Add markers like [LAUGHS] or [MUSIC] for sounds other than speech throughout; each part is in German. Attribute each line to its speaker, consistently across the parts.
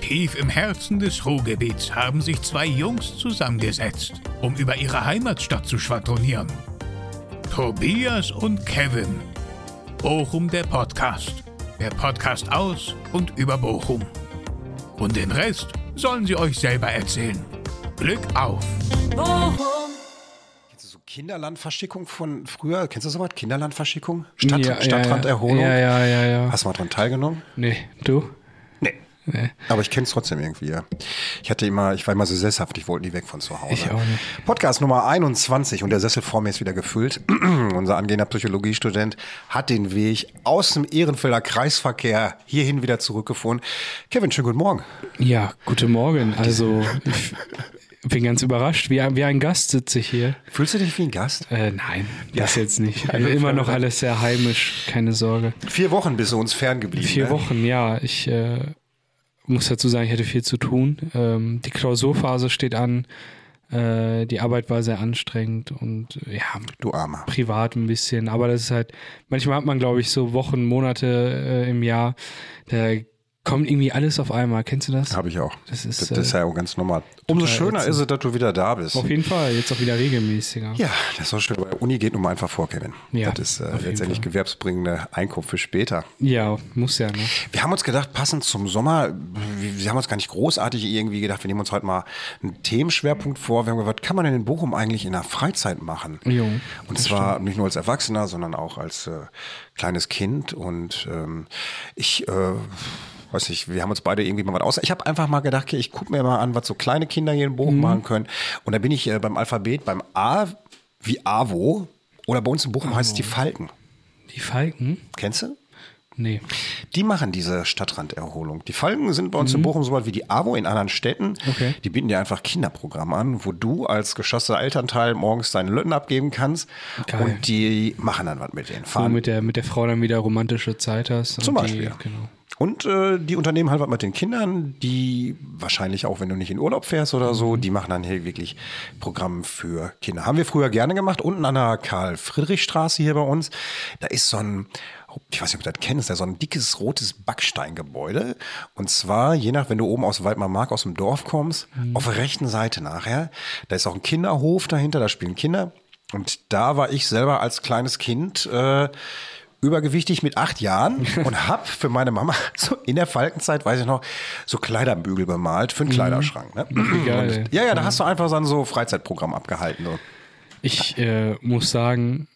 Speaker 1: Tief im Herzen des Ruhrgebiets haben sich zwei Jungs zusammengesetzt, um über ihre Heimatstadt zu schwadronieren. Tobias und Kevin. Bochum der Podcast. Der Podcast aus und über Bochum. Und den Rest sollen sie euch selber erzählen. Glück auf!
Speaker 2: Kennst du so Kinderlandverschickung von früher? Kennst du sowas? Kinderlandverschickung?
Speaker 3: Ja,
Speaker 2: Stadt,
Speaker 3: ja, ja.
Speaker 2: Stadtranderholung?
Speaker 3: Ja, ja, ja, ja.
Speaker 2: Hast du mal dran teilgenommen?
Speaker 3: Nee, du?
Speaker 2: Nee.
Speaker 3: Nee.
Speaker 2: Aber ich kenne es trotzdem irgendwie, ja. Ich hatte immer, ich war immer so sesshaft, ich wollte nie weg von zu Hause.
Speaker 3: Ich auch nicht.
Speaker 2: Podcast Nummer 21 und der Sessel vor mir ist wieder gefüllt. [CLEARS THROAT] Unser angehender Psychologiestudent hat den Weg aus dem Ehrenfelder Kreisverkehr hierhin wieder zurückgefunden. Kevin, schönen guten Morgen.
Speaker 3: Ja, guten Morgen. Also, ich bin ganz überrascht. Wie, ein- wie ein Gast sitze ich hier.
Speaker 2: Fühlst du dich wie ein Gast?
Speaker 3: Äh, nein, das
Speaker 2: Ja.
Speaker 3: jetzt nicht. Also
Speaker 2: Ja,
Speaker 3: immer noch
Speaker 2: voll.
Speaker 3: alles sehr heimisch, keine Sorge.
Speaker 2: Vier Wochen bist du uns ferngeblieben.
Speaker 3: Vier
Speaker 2: ne?
Speaker 3: Wochen, ja. Ich äh, muss dazu sagen, ich hatte viel zu tun. Ähm, die Klausurphase steht an. Äh, die Arbeit war sehr anstrengend und äh, ja,
Speaker 2: Du Armer.
Speaker 3: privat ein bisschen, aber das ist halt, manchmal hat man, glaube ich, so Wochen, Monate äh, im Jahr, da kommt irgendwie alles auf einmal. Kennst du das?
Speaker 2: Habe ich auch.
Speaker 3: Das ist,
Speaker 2: das, das ist
Speaker 3: äh,
Speaker 2: ja auch ganz normal. Umso
Speaker 3: total
Speaker 2: schöner
Speaker 3: ätzend.
Speaker 2: ist es, dass du wieder da bist.
Speaker 3: Auf jeden Fall, jetzt auch wieder regelmäßiger.
Speaker 2: Ja, das war schön. Bei der Uni geht nun mal einfach vor, Kevin.
Speaker 3: Ja,
Speaker 2: das ist
Speaker 3: auf
Speaker 2: äh,
Speaker 3: jeden
Speaker 2: letztendlich
Speaker 3: Fall.
Speaker 2: gewerbsbringende Einkunft für später.
Speaker 3: Ja, muss ja, ne?
Speaker 2: Wir haben uns gedacht, passend zum Sommer, wir, wir haben uns gar nicht großartig irgendwie gedacht, wir nehmen uns heute mal einen Themenschwerpunkt vor. Wir haben gesagt, was kann man denn in Bochum eigentlich in der Freizeit machen?
Speaker 3: Jo,
Speaker 2: und zwar nicht nur als Erwachsener, sondern auch als äh, kleines Kind. Und ähm, ich. Äh, Weiß nicht, wir haben uns beide irgendwie mal was aus. Ich habe einfach mal gedacht, okay, ich gucke mir mal an, was so kleine Kinder hier in Bochum machen können. Und da bin ich äh, beim Alphabet, beim A wie AWO oder bei uns in Bochum heißt es die Falken.
Speaker 3: Die Falken?
Speaker 2: Kennst du?
Speaker 3: Nee.
Speaker 2: Die machen diese Stadtranderholung. Die Falken sind bei uns in Bochum so weit wie die AWO in anderen Städten.
Speaker 3: Mhm. Okay.
Speaker 2: Die bieten dir einfach Kinderprogramm an, wo du als geschossener Elternteil morgens deinen Lötten abgeben kannst.
Speaker 3: Geil.
Speaker 2: Und die machen dann was mit denen.
Speaker 3: Wo
Speaker 2: Fahren.
Speaker 3: du mit der, mit der Frau dann wieder romantische Zeit hast. und
Speaker 2: Zum
Speaker 3: die-
Speaker 2: Beispiel.
Speaker 3: Genau.
Speaker 2: Und äh, die unternehmen halt was mit den Kindern, die wahrscheinlich auch, wenn du nicht in Urlaub fährst oder
Speaker 3: Mhm.
Speaker 2: so, die machen dann hier wirklich Programm für Kinder. Haben wir früher gerne gemacht. Unten an der Karl-Friedrich-Straße hier bei uns, da ist so ein, oh, ich weiß nicht, ob du das kennst, da ist so ein dickes rotes Backsteingebäude. Und zwar, je nach, wenn du oben aus Waldmarmark, aus dem Dorf kommst,
Speaker 3: Mhm.
Speaker 2: auf der rechten Seite nachher, da ist auch ein Kinderhof dahinter, da spielen Kinder. Und da war ich selber als kleines Kind äh, übergewichtig mit acht
Speaker 3: [LAUGHS]
Speaker 2: Jahren und hab für meine Mama [LAUGHS] so in der Falkenzeit, weiß ich noch, so Kleiderbügel bemalt für einen Kleiderschrank. Ne?
Speaker 3: Mhm. geil, Mhm.
Speaker 2: Und,
Speaker 3: ey.
Speaker 2: ja, ja, da hast du einfach dann so Freizeitprogramm abgehalten. So.
Speaker 3: Ich äh, muss sagen,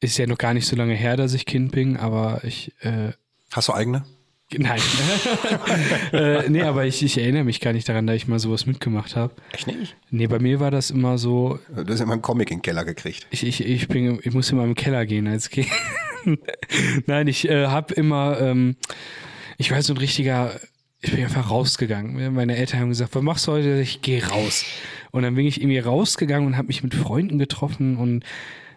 Speaker 3: ist ja noch gar nicht so lange her, dass ich Kind bin, aber ich äh, [LAUGHS]
Speaker 2: Hast du eigene?
Speaker 3: Nein. [LAUGHS] äh, nee, aber ich, ich erinnere mich gar nicht daran, da ich mal sowas mitgemacht habe.
Speaker 2: Echt nicht?
Speaker 3: Nee, bei mir war das immer so,
Speaker 2: Du hast Äh, immer einen Comic in den Keller gekriegt.
Speaker 3: ich, ich, ich, bin, ich muss immer im Keller gehen als Kind. [LAUGHS] Nein, ich äh, habe immer, ähm, ich war so ein richtiger, ich bin einfach rausgegangen. Meine Eltern haben gesagt, was machst du heute? Ich gehe raus. Und dann bin ich irgendwie rausgegangen und habe mich mit Freunden getroffen und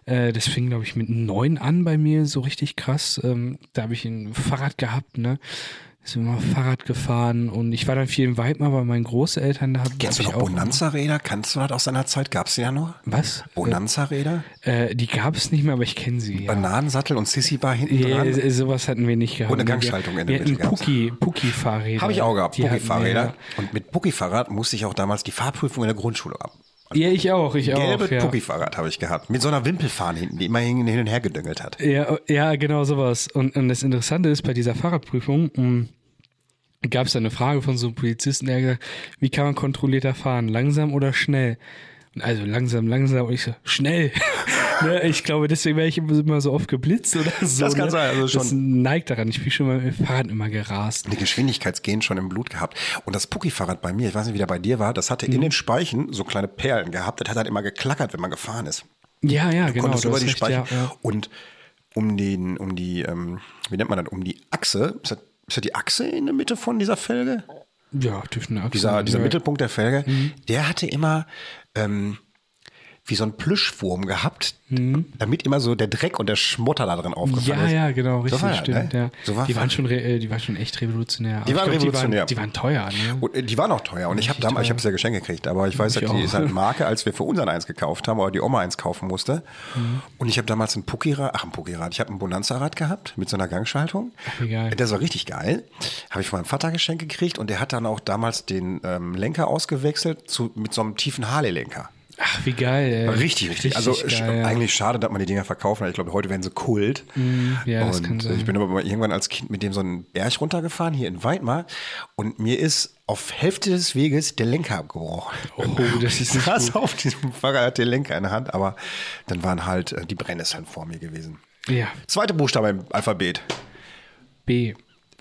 Speaker 3: äh, das fing, glaube ich, mit neun an bei mir, so richtig krass. Ähm, da habe ich ein Fahrrad gehabt, ne? Sind wir mal Fahrrad gefahren und ich war dann viel im Weidmar bei meinen Großeltern. Da hab,
Speaker 2: Kennst
Speaker 3: hab
Speaker 2: du
Speaker 3: ich
Speaker 2: noch
Speaker 3: auch-
Speaker 2: Bonanza-Räder? Kannst du das aus deiner Zeit? Gab's die ja noch?
Speaker 3: Was?
Speaker 2: Bonanza-Räder?
Speaker 3: Äh, die gab es nicht mehr, aber ich kenne sie. Ja.
Speaker 2: Bananensattel und Sissy-Bar hinten
Speaker 3: Ja,
Speaker 2: dran?
Speaker 3: so- sowas hatten wir nicht gehabt.
Speaker 2: Ohne Gangschaltung in
Speaker 3: in
Speaker 2: der
Speaker 3: der
Speaker 2: Mitte gab's.
Speaker 3: Pucki, Pucki-Fahrräder.
Speaker 2: Habe ich auch gehabt,
Speaker 3: Die hatten wir,
Speaker 2: Pucki-Fahrräder. Und mit Pucki-Fahrrad musste ich auch damals die Fahrprüfung in der Grundschule ab.
Speaker 3: Ja, Ja, ich auch, ich
Speaker 2: Gelbe
Speaker 3: auch. Ja.
Speaker 2: Pucki-Fahrrad habe ich gehabt. Mit so einer Wimpelfahne hinten, die immer hin hin und her gedüngelt hat.
Speaker 3: Ja, ja, genau sowas. Und, und das Interessante ist, bei dieser Fahrradprüfung gab es eine Frage von so einem Polizisten, der hat gesagt, wie kann man kontrollierter fahren, langsam oder schnell? Und also langsam, langsam. Und ich so, schnell. [LAUGHS] ne, ich glaube, deswegen wäre ich immer- immer so oft geblitzt oder so.
Speaker 2: Das kann
Speaker 3: ne?
Speaker 2: sein, also schon.
Speaker 3: Das neigt daran. Ich bin schon mal mit dem Fahrrad immer gerast.
Speaker 2: die Geschwindigkeitsgehen schon im Blut gehabt. Und das Pucki-Fahrrad bei mir, ich weiß nicht, wie der bei dir war, das hatte in
Speaker 3: Mhm.
Speaker 2: den Speichen so kleine Perlen gehabt. Das hat halt immer geklackert, wenn man gefahren ist.
Speaker 3: Ja, ja,
Speaker 2: Du
Speaker 3: genau.
Speaker 2: konntest
Speaker 3: du
Speaker 2: über
Speaker 3: hast
Speaker 2: die
Speaker 3: recht,
Speaker 2: Speichen.
Speaker 3: ja, ja.
Speaker 2: Und um den, um die, ähm, wie nennt man das, um die Achse, ist das, ist das die Achse in der Mitte von dieser Felge?
Speaker 3: Ja, dürfen
Speaker 2: Dieser, dieser
Speaker 3: ja. Mhm.
Speaker 2: Mittelpunkt der Felge, der hatte immer, ähm, wie so ein Plüschwurm gehabt, damit immer so der Dreck und der Schmotter da drin aufgefallen
Speaker 3: Mhm. Ja,
Speaker 2: ist.
Speaker 3: ja, genau, richtig,
Speaker 2: war das,
Speaker 3: stimmt.
Speaker 2: ne?
Speaker 3: Ja.
Speaker 2: So war
Speaker 3: die, waren
Speaker 2: das.
Speaker 3: schon, re- äh, die waren schon echt revolutionär.
Speaker 2: Die
Speaker 3: Aber
Speaker 2: waren
Speaker 3: ich glaub,
Speaker 2: revolutionär.
Speaker 3: Die waren, die waren teuer, ne?
Speaker 2: Und äh, die waren auch teuer. Und ich habe damals, ich habe es ja geschenkt gekriegt, aber ich weiß,
Speaker 3: Ich
Speaker 2: die
Speaker 3: auch.
Speaker 2: ist halt
Speaker 3: [LAUGHS]
Speaker 2: Marke, als wir für unseren eins gekauft haben, oder die Oma eins kaufen musste.
Speaker 3: Mhm.
Speaker 2: Und ich habe damals ein Pukirad, ach ein Pukirad, ich habe ein Bonanza-Rad gehabt mit so einer Gangschaltung.
Speaker 3: wie geil.
Speaker 2: Das war richtig geil. Habe ich von meinem Vater geschenkt gekriegt und der hat dann auch damals den ähm, Lenker ausgewechselt zu, mit so einem tiefen Harley-Lenker.
Speaker 3: Ach, wie geil, ey.
Speaker 2: Richtig, richtig. Also sch-
Speaker 3: geil, ja.
Speaker 2: eigentlich schade, dass man die Dinger verkaufen hat. Ich glaube, heute werden sie Kult.
Speaker 3: Mm, ja, das
Speaker 2: und
Speaker 3: kann sein.
Speaker 2: Ich bin aber mal irgendwann als Kind mit dem so einen Berg runtergefahren, hier in Weidmar. Und mir ist auf Hälfte des Weges der Lenker abgebrochen.
Speaker 3: Oh, das ist
Speaker 2: ich
Speaker 3: nicht
Speaker 2: saß auf diesem Fahrrad, hatte den Lenker in der Hand, aber dann waren halt äh, die Brennnesseln vor mir gewesen.
Speaker 3: Ja,
Speaker 2: Zweiter Buchstabe im Alphabet.
Speaker 3: B.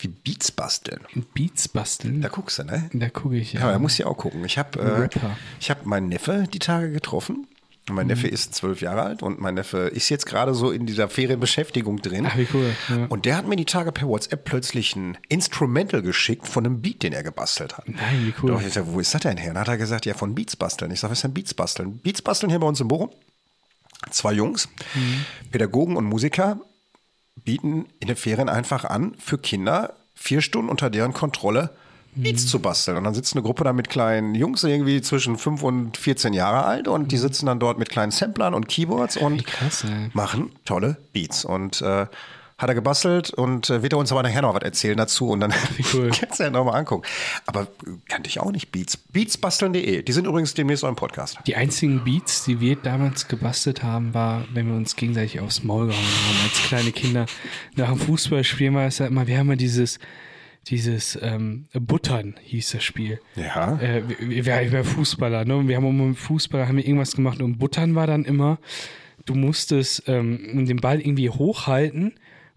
Speaker 2: Wie Beats basteln.
Speaker 3: Beats basteln.
Speaker 2: Da
Speaker 3: Da,
Speaker 2: guckst du, ne?
Speaker 3: gucke ich.
Speaker 2: Ja,
Speaker 3: Ja.
Speaker 2: da muss ich auch gucken. Ich habe äh,
Speaker 3: Rapper. Mhm.
Speaker 2: ich hab meinen Neffe die Tage getroffen. Und Mein Neffe ist zwölf Jahre alt und mein Neffe ist jetzt gerade so in dieser Ferienbeschäftigung drin.
Speaker 3: Ach, wie cool, ja.
Speaker 2: Und der hat mir die Tage per WhatsApp plötzlich ein Instrumental geschickt von einem Beat, den er gebastelt hat.
Speaker 3: Nein, Hm, wie cool.
Speaker 2: Doch, ich sag, wo ist das denn her? Und dann hat er gesagt, ja, von Beats basteln. Ich sage, was ist denn Beats basteln? Beats basteln hier bei uns in Bochum. Zwei Jungs, Pädagogen und Musiker, bieten in den Ferien einfach an, für Kinder vier Stunden unter deren Kontrolle Beats zu basteln. Und dann sitzt eine Gruppe da mit kleinen Jungs, irgendwie zwischen 5 und 14 Jahre alt, und die sitzen dann dort mit kleinen Samplern und Keyboards und
Speaker 3: krass, ey.
Speaker 2: machen tolle Beats. Und äh, hat er gebastelt und äh, wird er uns aber nachher noch was erzählen dazu und dann [LAUGHS]
Speaker 3: cool.
Speaker 2: kannst du ja nochmal angucken. Aber äh, kannte ich auch nicht Beats. Beatsbasteln.de, die sind übrigens demnächst auch im Podcast.
Speaker 3: Die einzigen Beats, die wir damals gebastelt haben, war, wenn wir uns gegenseitig aufs Maul gehauen haben, als kleine Kinder. Nach dem Fußballspiel war es ja immer, wir haben ja dieses, dieses ähm, Buttern hieß das Spiel.
Speaker 2: Ja.
Speaker 3: Äh, wir- wir, wir, ich war Fußballer, ne? Und wir haben immer mit dem Fußballer haben wir irgendwas gemacht und Buttern war dann immer, du musstest ähm, den Ball irgendwie hochhalten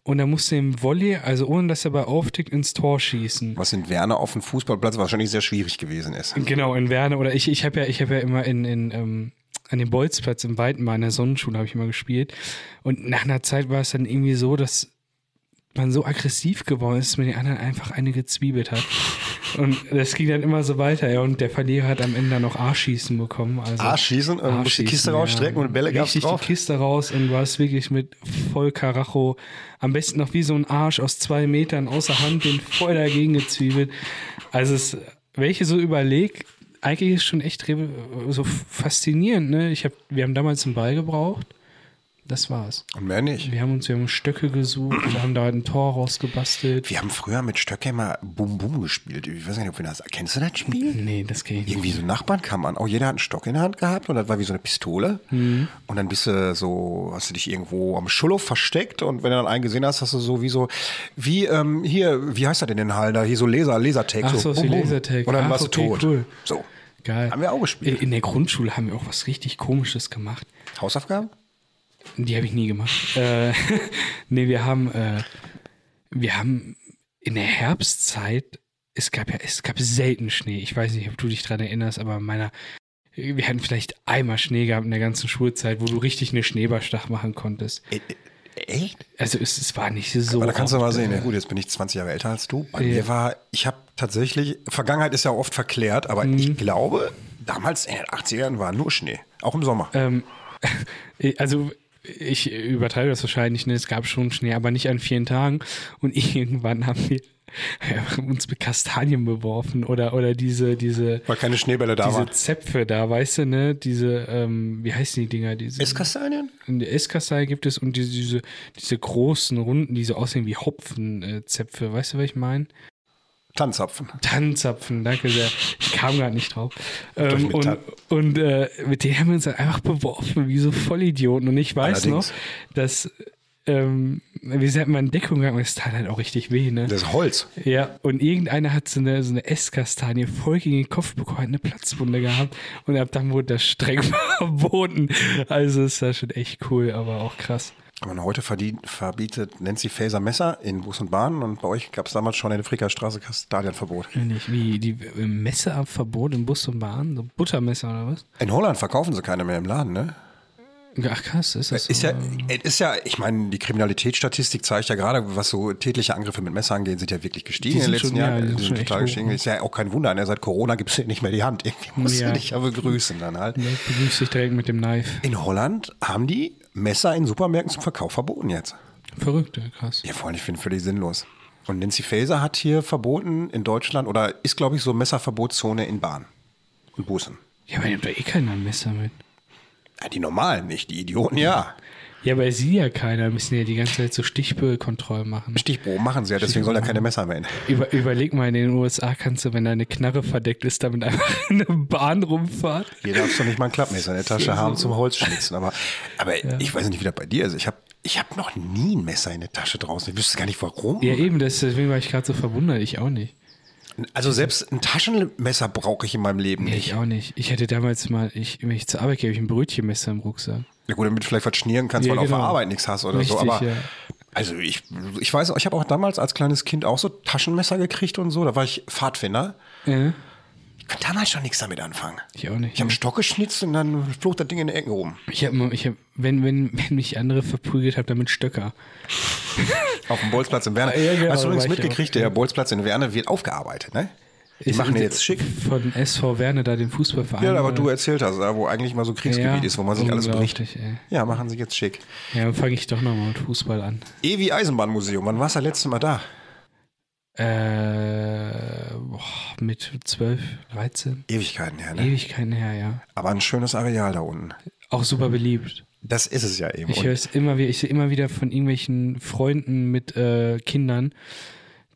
Speaker 3: und dann musst du den Volley, also ohne dass er bei auftickt, ins Tor schießen.
Speaker 2: Was in Werner auf dem Fußballplatz wahrscheinlich sehr schwierig gewesen ist.
Speaker 3: Genau, in Werne. Oder ich, ich habe ja, ich hab ja immer in, in, ähm, an dem Bolzplatz im Weiten mal in der Sonnenschule habe ich immer gespielt. Und nach einer Zeit war es dann irgendwie so, dass man so aggressiv geworden ist, dass man den anderen einfach eine gezwiebelt hat. Und das ging dann immer so weiter. Ja, und der Verlierer hat am Ende dann noch Arschschießen bekommen. Also
Speaker 2: Arschschießen? Und musst die Kiste rausstrecken und Bälle gab's
Speaker 3: Richtig
Speaker 2: drauf?
Speaker 3: die Kiste raus und du hast wirklich mit voll Karacho, am besten noch wie so ein Arsch aus zwei Metern außer Hand, den voll dagegen gezwiebelt. Also es, wenn ich so überlege, eigentlich ist schon echt re- so faszinierend. Ne? Ich hab, wir haben damals einen Ball gebraucht. Das war's.
Speaker 2: Und mehr nicht.
Speaker 3: Wir haben uns, wir haben Stöcke gesucht, wir haben da ein Tor rausgebastelt.
Speaker 2: Wir haben früher mit Stöcke immer Bum Bum gespielt. Ich weiß nicht, ob wir das. Kennst du das Spiel?
Speaker 3: Nee, das geht nicht.
Speaker 2: Irgendwie so Nachbarn kamen an. Auch jeder hat einen Stock in der Hand gehabt und das war wie so eine Pistole.
Speaker 3: Mhm.
Speaker 2: Und dann bist du so, hast du dich irgendwo am Schulhof versteckt und wenn du dann einen gesehen hast, hast du so wie so, wie ähm, hier, wie heißt das denn in den Hallen da? Hier so Laser, Lasertag.
Speaker 3: Ach so, ist die Lasertag.
Speaker 2: Und dann
Speaker 3: Ach,
Speaker 2: warst
Speaker 3: okay,
Speaker 2: du tot.
Speaker 3: cool.
Speaker 2: So.
Speaker 3: Geil.
Speaker 2: Haben wir auch gespielt.
Speaker 3: In der Grundschule haben wir auch was richtig Komisches gemacht.
Speaker 2: Hausaufgaben?
Speaker 3: Die habe ich nie gemacht. Äh, [LAUGHS] nee, wir haben, äh, wir haben in der Herbstzeit, es gab ja, es gab selten Schnee. Ich weiß nicht, ob du dich dran erinnerst, aber in meiner, wir hatten vielleicht einmal Schnee gehabt in der ganzen Schulzeit, wo du richtig eine Schneeballschlacht machen konntest.
Speaker 2: Ä- äh, Echt?
Speaker 3: Also es, es war nicht so.
Speaker 2: Aber da kannst du
Speaker 3: oft,
Speaker 2: mal sehen,
Speaker 3: äh,
Speaker 2: ja, gut, jetzt bin ich 20 Jahre älter als du. Bei
Speaker 3: Ja.
Speaker 2: mir war, ich habe tatsächlich, Vergangenheit ist ja oft verklärt, aber
Speaker 3: Mhm.
Speaker 2: ich glaube, damals in den 80ern war nur Schnee, auch im Sommer.
Speaker 3: Ähm, [LAUGHS] also ich übertreibe das wahrscheinlich, ne? es gab schon Schnee, aber nicht an vielen Tagen. Und [LAUGHS] irgendwann haben wir [LAUGHS] haben uns mit Kastanien beworfen oder, oder diese, diese,
Speaker 2: Weil keine Schneebälle da
Speaker 3: diese
Speaker 2: waren.
Speaker 3: Zäpfe da, weißt du, ne? Diese, ähm, wie heißen die Dinger? Diese,
Speaker 2: Esskastanien?
Speaker 3: in der Eskastei gibt es und diese, diese, diese großen, runden, die so aussehen wie Hopfenzäpfe, weißt du, was ich meine?
Speaker 2: Tanzapfen.
Speaker 3: Tannenzapfen, danke sehr. Ich kam gerade nicht drauf. Ähm,
Speaker 2: mit
Speaker 3: und
Speaker 2: Tan-
Speaker 3: und äh, mit denen haben wir uns dann einfach beworfen, wie so Vollidioten. Und ich weiß
Speaker 2: Allerdings.
Speaker 3: noch, dass ähm, wir sind mal in Deckung gegangen, das tat halt auch richtig weh, ne?
Speaker 2: Das ist Holz.
Speaker 3: Ja, und irgendeiner hat so eine, so eine Esskastanie voll gegen den Kopf bekommen, hat eine Platzwunde gehabt und ab dann wurde das streng [LAUGHS] verboten. Also ist das schon echt cool, aber auch krass.
Speaker 2: Man heute verdient, verbietet Nancy Faeser Messer in Bus und Bahn und bei euch gab es damals schon in der Frickerstraße Kastanienverbot.
Speaker 3: Nicht wie die äh, Messerverbot im Bus und Bahn, so Buttermesser oder was?
Speaker 2: In Holland verkaufen sie keine mehr im Laden, ne?
Speaker 3: Ach krass, ist das so?
Speaker 2: Ist ja, es ist ja, ich meine, die Kriminalitätsstatistik zeigt ja gerade, was so tätliche Angriffe mit Messer angehen, sind ja wirklich gestiegen
Speaker 3: Die
Speaker 2: in den
Speaker 3: sind
Speaker 2: letzten
Speaker 3: schon- ja,
Speaker 2: Jahren.
Speaker 3: die sind
Speaker 2: die
Speaker 3: schon
Speaker 2: sind
Speaker 3: echt
Speaker 2: total
Speaker 3: hoch,
Speaker 2: gestiegen.
Speaker 3: ne?
Speaker 2: Ist ja auch kein Wunder. ne? Seit Corona gibt es ja nicht mehr die Hand. Irgendwie musst
Speaker 3: Ja.
Speaker 2: du dich ja begrüßen dann halt.
Speaker 3: Begrüß dich Ne, direkt mit dem Knife.
Speaker 2: In Holland haben die Messer in Supermärkten zum Verkauf verboten jetzt.
Speaker 3: Verrückt, ja, krass.
Speaker 2: Ja, vor allem, ich finde völlig sinnlos. Und Nancy Faeser hat hier verboten in Deutschland oder ist, glaube ich, so Messerverbotszone in Bahn und Bussen.
Speaker 3: Ja, aber ihr habt doch eh keiner Messer mit.
Speaker 2: Ja, die normalen nicht, die Idioten, ja.
Speaker 3: Ja, aber sie ja keiner, müssen ja die ganze Zeit so Stichprobenkontrollen machen.
Speaker 2: Stichproben machen sie ja, deswegen soll ja keine Messer mehr hin.
Speaker 3: Über, überleg mal, in den USA kannst du, wenn deine Knarre verdeckt ist, damit einfach [LAUGHS] in eine Bahn rumfahren.
Speaker 2: Hier darfst du nicht mal ein Klappmesser in der Tasche haben zum Holzschnitzen. Aber, aber ich weiß nicht, wie das bei dir ist. Ich habe ich hab noch nie ein Messer in der Tasche draußen. Ich wüsste gar nicht, warum.
Speaker 3: Ja, eben, das, deswegen war ich gerade so verwundert. Ich auch nicht.
Speaker 2: Also selbst ein Taschenmesser brauche ich in meinem Leben
Speaker 3: Nee,
Speaker 2: nicht.
Speaker 3: ich auch nicht. Ich hatte damals mal, ich, wenn ich zur Arbeit gehe, habe ich ein Brötchenmesser im Rucksack.
Speaker 2: Ja gut, damit du vielleicht was schnieren kannst,
Speaker 3: Ja,
Speaker 2: weil du auf
Speaker 3: genau.
Speaker 2: der Arbeit nichts hast oder so.
Speaker 3: Richtig,
Speaker 2: Aber
Speaker 3: ja.
Speaker 2: also ich, ich weiß, auch, ich habe auch damals als kleines Kind auch so Taschenmesser gekriegt und so. Da war ich Pfadfinder.
Speaker 3: Ja,
Speaker 2: Ich konnte damals schon nichts damit anfangen.
Speaker 3: ich auch nicht.
Speaker 2: Ich habe einen Stock geschnitzt und dann flog das Ding in die Ecken rum.
Speaker 3: Ich habe, ich hab, wenn, wenn, wenn mich andere verprügelt haben, damit Stöcker.
Speaker 2: Auf dem Bolzplatz in Werne.
Speaker 3: Ja, genau,
Speaker 2: hast du übrigens
Speaker 3: war ich
Speaker 2: mitgekriegt, der Bolzplatz in Werne wird aufgearbeitet, ne? Die
Speaker 3: Ist-
Speaker 2: machen den jetzt schick.
Speaker 3: Von SV Werne, da dem Fußballverein.
Speaker 2: Ja, aber
Speaker 3: äh,
Speaker 2: du erzählt hast, da wo eigentlich mal so Kriegsgebiet
Speaker 3: Ja,
Speaker 2: ist, wo man sich alles bricht.
Speaker 3: unglaublich, ey.
Speaker 2: Ja, machen sie jetzt schick.
Speaker 3: Ja, dann fange ich doch nochmal mit Fußball an.
Speaker 2: Ewi Eisenbahnmuseum, wann warst du das letzte Mal da?
Speaker 3: Äh, boah, mit 12, 13.
Speaker 2: Ewigkeiten her, ne?
Speaker 3: Ewigkeiten her, ja.
Speaker 2: Aber ein schönes Areal da unten.
Speaker 3: Auch super beliebt.
Speaker 2: Das ist es ja eben.
Speaker 3: Ich
Speaker 2: Und
Speaker 3: höre es immer wieder, ich sehe immer wieder von irgendwelchen Freunden mit äh, Kindern,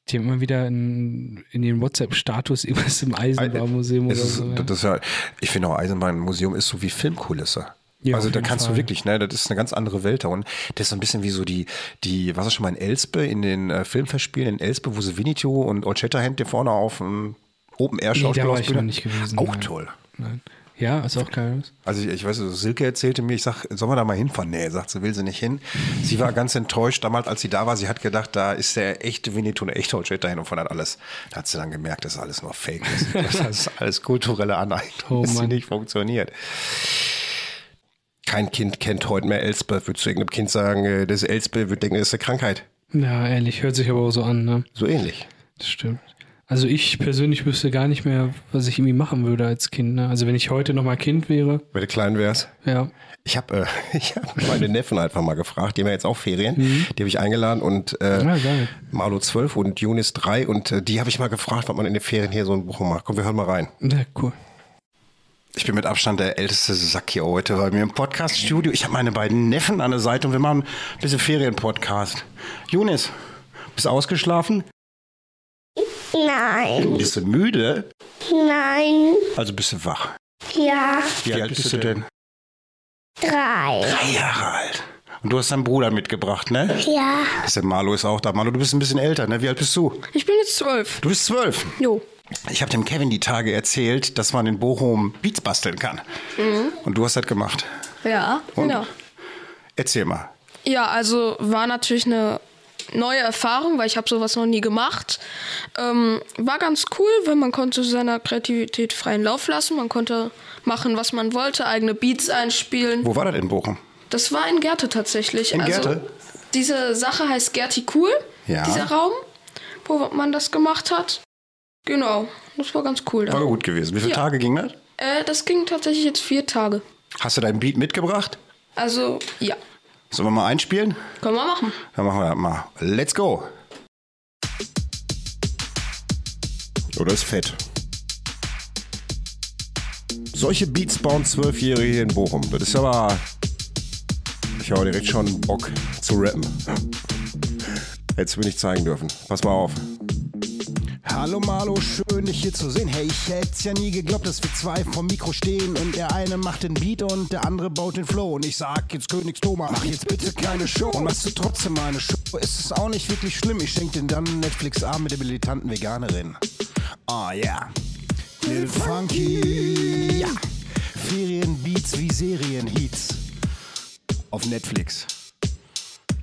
Speaker 3: die haben immer wieder in, in den WhatsApp-Status [LAUGHS] irgendwas im Eisenbahnmuseum oder
Speaker 2: Es ist,
Speaker 3: so. Ja.
Speaker 2: das ist ja, ich finde auch Eisenbahnmuseum ist so wie Filmkulisse.
Speaker 3: Ja,
Speaker 2: also
Speaker 3: auf
Speaker 2: da
Speaker 3: jeden
Speaker 2: kannst
Speaker 3: Fall.
Speaker 2: du wirklich, ne, das ist eine ganz andere Welt da und das ist so ein bisschen wie so die, die, was ist schon mal in Elspe, in den äh, Filmfestspielen in Elspe, wo sie Winnetou und Old Shatterhand dir vorne auf dem Open Air
Speaker 3: Nee, da war
Speaker 2: Schauspielhaus
Speaker 3: ich noch nicht gewesen.
Speaker 2: Auch
Speaker 3: nein.
Speaker 2: toll.
Speaker 3: Nein. Ja, ist auch geil.
Speaker 2: Also ich, ich weiß, Silke erzählte mir, ich sag, sollen wir da mal hinfahren? Nee, sagt sie, will sie nicht hin. Sie war ganz enttäuscht damals, als sie da war. Sie hat gedacht, da ist der echte Winnetou, der echte Old Shatterhand und von hat alles. Da hat sie dann gemerkt, dass alles nur Fake ist.
Speaker 3: [LAUGHS]
Speaker 2: Das ist alles kulturelle Aneignung,
Speaker 3: Oh
Speaker 2: dass sie
Speaker 3: Mann.
Speaker 2: nicht funktioniert. Kein Kind kennt heute mehr Elspe. Würdest du irgendeinem Kind sagen, äh, das ist Elspe, würde denken, das ist eine Krankheit.
Speaker 3: Ja, ehrlich, hört sich aber auch so an, ne?
Speaker 2: So ähnlich.
Speaker 3: Das stimmt. Also ich persönlich wüsste gar nicht mehr, was ich irgendwie machen würde als Kind. Ne? Also wenn ich heute nochmal Kind wäre,
Speaker 2: Wenn du klein wärst.
Speaker 3: ja.
Speaker 2: Ich habe äh, [LAUGHS] ich hab meine Neffen einfach mal gefragt, die haben ja jetzt auch Ferien, die habe ich eingeladen und äh,
Speaker 3: Ah, geil.
Speaker 2: Marlo 12 und Junis 3 und äh, die habe ich mal gefragt, was man in den Ferien hier so in Bochum macht. Komm, wir hören mal rein.
Speaker 3: Ja, cool.
Speaker 2: Ich bin mit Abstand der älteste Sack hier heute bei mir im Podcaststudio. Ich habe meine beiden Neffen an der Seite und wir machen ein bisschen Ferien-Podcast. Junis, bist du ausgeschlafen?
Speaker 4: Nein,
Speaker 2: Bist du müde?
Speaker 4: nein,
Speaker 2: Also bist du wach.
Speaker 4: ja,
Speaker 2: Wie, alt bist, du denn?
Speaker 4: drei,
Speaker 2: Drei Jahre alt. Und du hast deinen Bruder mitgebracht, ne?
Speaker 4: ja.
Speaker 2: Das ist Der Marlo ist auch da. Marlo, du bist ein bisschen älter, ne? Wie alt bist du?
Speaker 5: Ich bin jetzt zwölf.
Speaker 2: Du bist zwölf.
Speaker 5: Jo.
Speaker 2: Ich habe dem Kevin die Tage erzählt, dass man in Bochum Beats basteln kann. Und du hast das gemacht.
Speaker 5: Ja, Mhm. genau.
Speaker 2: Erzähl mal.
Speaker 5: Ja, also war natürlich eine neue Erfahrung, weil ich habe sowas noch nie gemacht. Ähm, war ganz cool, weil man konnte seiner Kreativität freien Lauf lassen. Man konnte machen, was man wollte, eigene Beats einspielen.
Speaker 2: Wo war das in Bochum?
Speaker 5: Das war in Gerte tatsächlich.
Speaker 2: In
Speaker 5: also,
Speaker 2: Gerte?
Speaker 5: Diese Sache heißt Gerti Cool,
Speaker 2: Ja.
Speaker 5: dieser Raum, wo man das gemacht hat. Genau, das war ganz cool
Speaker 2: War
Speaker 5: da.
Speaker 2: gut gewesen. Wie viele
Speaker 5: Ja.
Speaker 2: Tage ging das?
Speaker 5: Äh, das ging tatsächlich jetzt vier Tage.
Speaker 2: Hast du deinen Beat mitgebracht?
Speaker 5: Also, ja,
Speaker 2: Sollen wir mal einspielen?
Speaker 5: können wir machen.
Speaker 2: Dann machen wir das mal. Let's go! Oder ist fett. Solche Beats bauen Zwölfjährige hier in Bochum. Das ist aber. Ich habe direkt schon Bock zu rappen. Hättest du mir nicht zeigen dürfen. Pass mal auf. Hallo Marlo, schön dich hier zu sehen. Hey, ich hätt's ja nie geglaubt, dass wir zwei vom Mikro stehen und der eine macht den Beat und der andere baut den Flow. Und ich sag jetzt Königs Thomas, mach jetzt bitte keine Show. Und machst du trotzdem meine Show, ist es auch nicht wirklich schlimm. Ich schenk den dann Netflix-Abend mit der militanten Veganerin. Oh yeah. Lil Funky, ja. Ferienbeats wie Serienheats. Auf Netflix.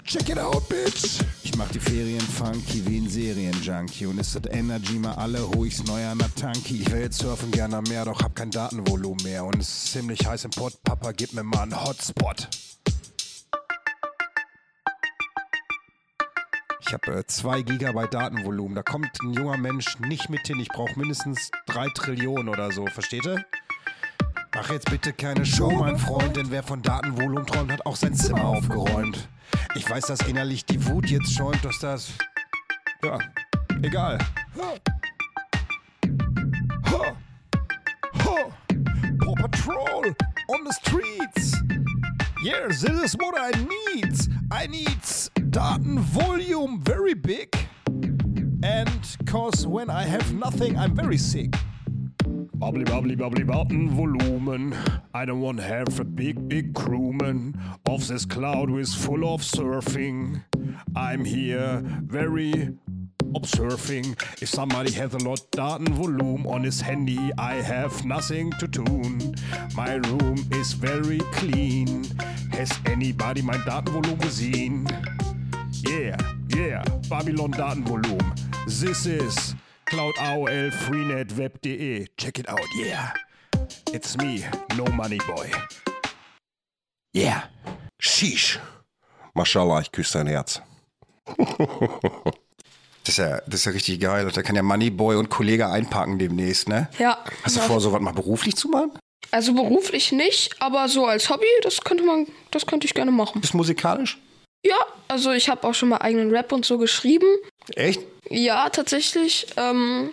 Speaker 2: Check it out, bitch. Ich
Speaker 6: macht die Ferien funky wie ein Serien-Junkie. Und ist das Energy mal alle, hol ich's neu an der Tanki. Ich will jetzt surfen gerne am Meer, doch hab kein Datenvolumen mehr. Und es ist ziemlich heiß im Pott, Papa, gib mir mal einen Hotspot. Ich habe 2 Gigabyte Datenvolumen. Da kommt ein junger Mensch nicht mit hin. Ich brauche mindestens 3 Trillionen oder so. Versteht ihr? Mach jetzt bitte keine Show, mein Freund, denn wer von Datenvolumen träumt, hat auch sein Zimmer aufgeräumt. Ich weiß, dass innerlich die Wut jetzt schäumt, dass das. Ja, egal. Ho. Ho. Paw Patrol on the streets. Yeah, this is what I need. I need Daten volume very big. And cause when I have nothing, I'm very sick. Bubbly, bubbly, bubbly, Daten volumen. I don't want to have a big, big crewman of this cloud with full of surfing. I'm here very observing. If somebody has a lot Daten volume on his handy, I have nothing to tune. My room is very clean. Has anybody mein Datenvolumen gesehen? Yeah, yeah, Babylon Datenvolumen. This is Cloud AOL Freenet
Speaker 2: E.
Speaker 6: Web.de. Check it out, yeah. It's me, no money boy.
Speaker 2: Yeah. Sheesh. Mashallah, ich küsse dein Herz. [LAUGHS] Das ist, ja, das ist ja richtig geil. Da kann ja Moneyboy und Kollege einpacken demnächst, ne?
Speaker 5: Ja.
Speaker 2: Hast du
Speaker 5: ja.
Speaker 2: vor, sowas mal beruflich zu machen?
Speaker 5: Also beruflich nicht, aber so als Hobby, das könnte man, das könnte ich gerne machen.
Speaker 2: Bist musikalisch?
Speaker 5: Ja, also ich habe auch schon mal eigenen Rap und so geschrieben.
Speaker 2: Echt?
Speaker 5: Ja, tatsächlich. Ähm,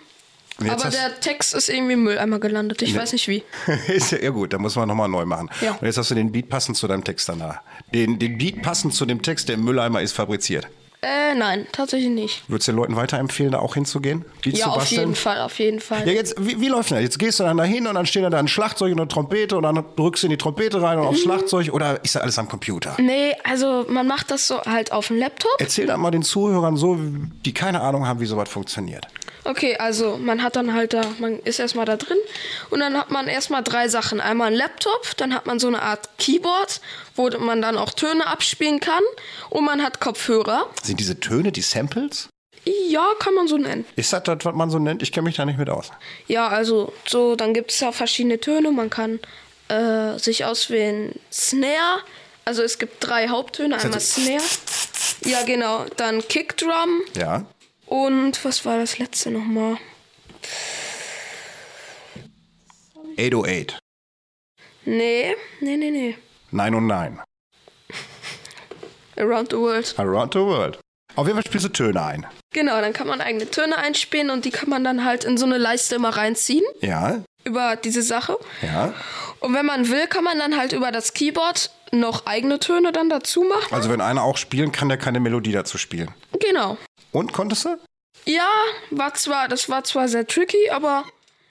Speaker 2: Und jetzt
Speaker 5: aber
Speaker 2: hast- Ne.
Speaker 5: der Text ist irgendwie im Mülleimer gelandet. Ich weiß nicht wie.
Speaker 2: [LAUGHS] ist ja, ja gut, da muss man nochmal neu machen.
Speaker 5: Ja.
Speaker 2: Und jetzt hast du den Beat passend zu deinem Text danach. Den, den Beat passend zu dem Text, der im Mülleimer ist, fabriziert.
Speaker 5: Äh, nein, tatsächlich nicht.
Speaker 2: Würdest du den Leuten weiterempfehlen, da auch hinzugehen? Beats
Speaker 5: ja,
Speaker 2: zu
Speaker 5: auf
Speaker 2: basteln?
Speaker 5: jeden Fall, auf jeden Fall.
Speaker 2: Ja, jetzt, wie, wie läuft denn das? Jetzt gehst du dann da hin und dann stehen da ein Schlagzeug und eine Trompete und dann drückst du in die Trompete rein und aufs
Speaker 5: Mhm.
Speaker 2: Schlagzeug oder ist das alles am Computer?
Speaker 5: Nee, also man macht das so halt auf dem Laptop.
Speaker 2: Erzähl das mal den Zuhörern so, die keine Ahnung haben, wie sowas funktioniert.
Speaker 5: Okay, also man hat dann halt da, man ist erstmal da drin und dann hat man erstmal drei Sachen. Einmal ein Laptop, dann hat man so eine Art Keyboard, wo man dann auch Töne abspielen kann und man hat Kopfhörer.
Speaker 2: Sind diese Töne die Samples?
Speaker 5: Ja, kann man so nennen.
Speaker 2: Ist das das, was man so nennt? Ich kenne mich da nicht mit aus.
Speaker 5: Ja, also so, dann gibt es ja verschiedene Töne. Man kann äh, sich auswählen Snare, also es gibt drei Haupttöne, einmal
Speaker 2: also-
Speaker 5: Snare. Ja, genau, dann Kickdrum
Speaker 2: Ja.
Speaker 5: und was war das letzte nochmal?
Speaker 2: 808.
Speaker 5: Nee, nee, nee, nee.
Speaker 2: 909.
Speaker 5: Around the World.
Speaker 2: Around the World. Auf jeden Fall spielst du Töne ein.
Speaker 5: Genau, dann kann man eigene Töne einspielen und die kann man dann halt in so eine Leiste immer reinziehen
Speaker 2: Ja,
Speaker 5: über diese Sache.
Speaker 2: ja.
Speaker 5: Und wenn man will, kann man dann halt über das Keyboard noch eigene Töne dann dazu machen.
Speaker 2: Also wenn einer auch spielen kann, der kann eine Melodie dazu spielen.
Speaker 5: Genau.
Speaker 2: Und konntest du?
Speaker 5: Ja, war zwar, das war zwar sehr tricky, aber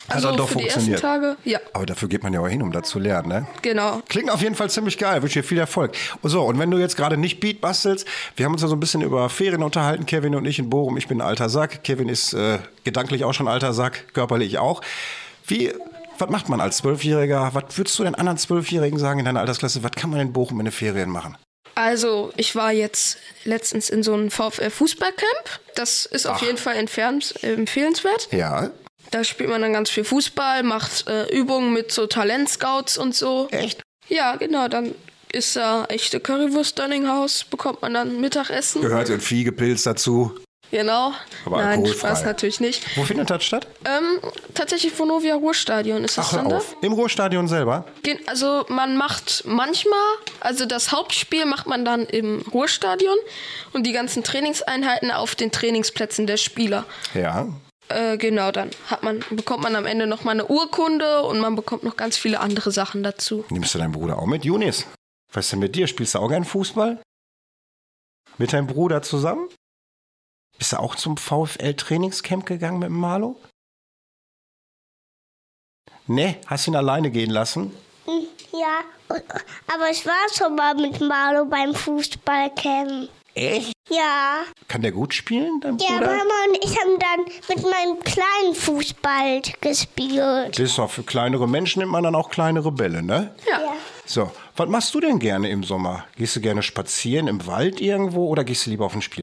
Speaker 5: also
Speaker 2: dann doch
Speaker 5: für die ersten
Speaker 2: funktioniert.
Speaker 5: Tage, ja,
Speaker 2: Aber dafür geht man ja auch hin, um das zu lernen, ne?
Speaker 5: genau.
Speaker 2: Klingt auf jeden Fall ziemlich geil. Wünsche dir viel Erfolg. Und so, und wenn du jetzt gerade nicht Beat bastelst, wir haben uns ja so ein bisschen über Ferien unterhalten, Kevin und ich in Bochum. Ich bin ein alter Sack. Kevin ist äh, gedanklich auch schon alter Sack, körperlich auch. Wie, was macht man als Zwölfjähriger? Was würdest du den anderen Zwölfjährigen sagen in deiner Altersklasse? Was kann man in Bochum in den Ferien machen?
Speaker 5: Also, ich war jetzt letztens in so einem VfL Fußballcamp. Das ist auf jeden Fall entfernt, empfehlenswert.
Speaker 2: Ja,
Speaker 5: Da spielt man dann ganz viel Fußball, macht äh, Übungen mit so Talentscouts und so.
Speaker 2: echt?
Speaker 5: Ja, genau, dann ist da echte Currywurst Dönninghaus, bekommt man dann Mittagessen.
Speaker 2: Gehört ein Viehgepilz dazu.
Speaker 5: Genau.
Speaker 2: Aber
Speaker 5: Nein,
Speaker 2: alkoholfrei.
Speaker 5: Spaß natürlich nicht.
Speaker 2: Wo findet das statt?
Speaker 5: Ähm, tatsächlich Vonovia Ruhrstadion ist das
Speaker 2: Ach,
Speaker 5: dann
Speaker 2: hör auf. Im Ruhrstadion selber?
Speaker 5: da. Gen- Also man macht manchmal, also das Hauptspiel macht man dann im Ruhrstadion und die ganzen Trainingseinheiten auf den Trainingsplätzen der Spieler.
Speaker 2: Ja.
Speaker 5: Äh, genau, dann hat man, bekommt man am Ende nochmal eine Urkunde und man bekommt noch ganz viele andere Sachen dazu.
Speaker 2: Nimmst du deinen Bruder auch mit? Junis, was ist denn mit dir? Spielst du auch gern Fußball? Mit deinem Bruder zusammen? Bist du auch zum VfL-Trainingscamp gegangen mit dem Marlo? Nee, Ne, hast ihn alleine gehen lassen?
Speaker 4: Ja, aber ich war schon mal mit Marlo beim Fußballcamp.
Speaker 2: Echt?
Speaker 4: Ja.
Speaker 2: Kann der gut spielen, dein
Speaker 4: Ja,
Speaker 2: Bruder?
Speaker 4: Mama und ich haben dann mit meinem kleinen Fußball gespielt.
Speaker 2: Das ist doch für kleinere Menschen nimmt man dann auch kleinere Bälle, ne?
Speaker 5: ja.
Speaker 4: Ja.
Speaker 2: So, was machst du denn gerne im Sommer? Gehst du gerne spazieren im Wald irgendwo oder gehst du lieber auf den Spiel?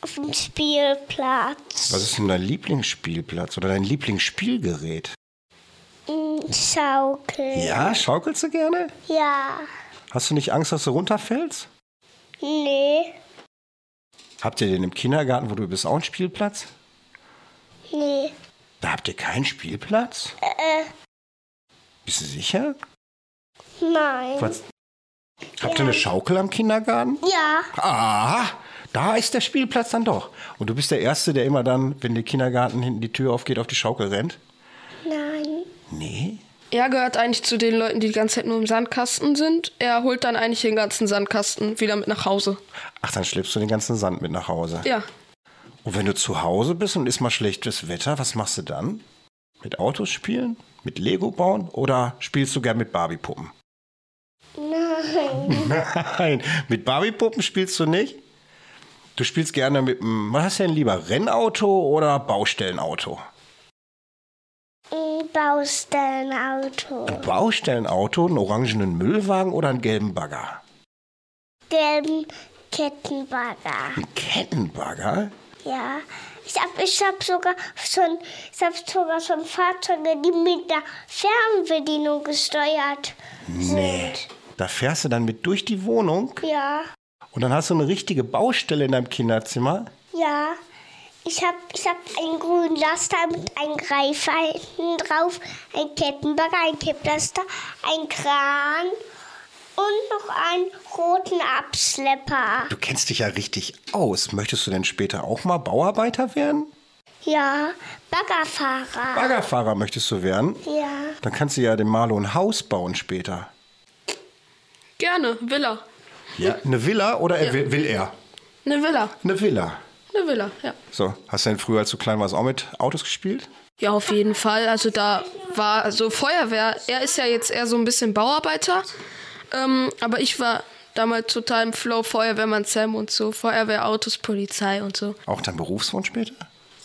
Speaker 4: auf dem Spielplatz.
Speaker 2: Was ist denn dein Lieblingsspielplatz oder dein Lieblingsspielgerät?
Speaker 4: Mm, Schaukel.
Speaker 2: Ja, schaukelst du gerne?
Speaker 4: Ja.
Speaker 2: Hast du nicht Angst, dass du runterfällst?
Speaker 4: Nee.
Speaker 2: Habt ihr denn im Kindergarten, wo du bist, auch einen Spielplatz?
Speaker 4: Nee.
Speaker 2: Da habt ihr keinen Spielplatz?
Speaker 4: Äh,
Speaker 2: Bist du sicher?
Speaker 4: nein.
Speaker 2: Was? Habt ihr eine Schaukel am Kindergarten?
Speaker 4: Ja.
Speaker 2: Ah, da ist der Spielplatz dann doch. Und du bist der Erste, der immer dann, wenn der Kindergarten hinten die Tür aufgeht, auf die Schaukel rennt?
Speaker 4: Nein.
Speaker 2: Nee.
Speaker 5: Er gehört eigentlich zu den Leuten, die die ganze Zeit nur im Sandkasten sind. Er holt dann eigentlich den ganzen Sandkasten wieder mit nach Hause.
Speaker 2: Ach, dann schleppst du den ganzen Sand mit nach Hause.
Speaker 5: Ja,
Speaker 2: Und wenn du zu Hause bist und ist mal schlechtes Wetter, was machst du dann? Mit Autos spielen? Mit Lego bauen? Oder spielst du gern mit Barbiepuppen?
Speaker 4: Nein.
Speaker 2: Nein, mit Barbiepuppen spielst du nicht. Du spielst gerne mit einem, was hast du denn lieber, Rennauto oder Baustellenauto?
Speaker 4: Ein Baustellenauto.
Speaker 2: Ein Baustellenauto, einen orangenen Müllwagen oder einen gelben Bagger?
Speaker 4: Gelben Kettenbagger.
Speaker 2: Ein Kettenbagger?
Speaker 4: Ja. Ich hab, ich hab sogar schon, ich hab sogar schon Fahrzeuge, die mit der Fernbedienung gesteuert sind.
Speaker 2: Da fährst du dann mit durch die Wohnung
Speaker 4: Ja.
Speaker 2: und dann hast du eine richtige Baustelle in deinem Kinderzimmer.
Speaker 4: Ja, ich hab, ich hab einen grünen Laster mit einem Greifer hinten drauf, ein Kettenbagger, ein Kipplaster, ein Kran und noch einen roten Abschlepper.
Speaker 2: Du kennst dich ja richtig aus. Möchtest du denn später auch mal Bauarbeiter werden?
Speaker 4: Ja, Baggerfahrer.
Speaker 2: Baggerfahrer möchtest du werden?
Speaker 4: ja,
Speaker 2: Dann kannst du ja dem Marlo ein Haus bauen später.
Speaker 5: gerne. Villa.
Speaker 2: Ja. Eine Villa oder er will, will er?
Speaker 5: Eine Villa.
Speaker 2: Eine Villa.
Speaker 5: Eine Villa, ja.
Speaker 2: So, hast du denn früher, als du klein warst, auch mit Autos gespielt?
Speaker 5: Ja, auf jeden Fall. Also da war so Feuerwehr. Er ist ja jetzt eher so ein bisschen Bauarbeiter. Ähm, aber ich war damals total im Flow Feuerwehrmann Sam und so. Feuerwehrautos, Polizei und so.
Speaker 2: Auch dein Berufswunsch später?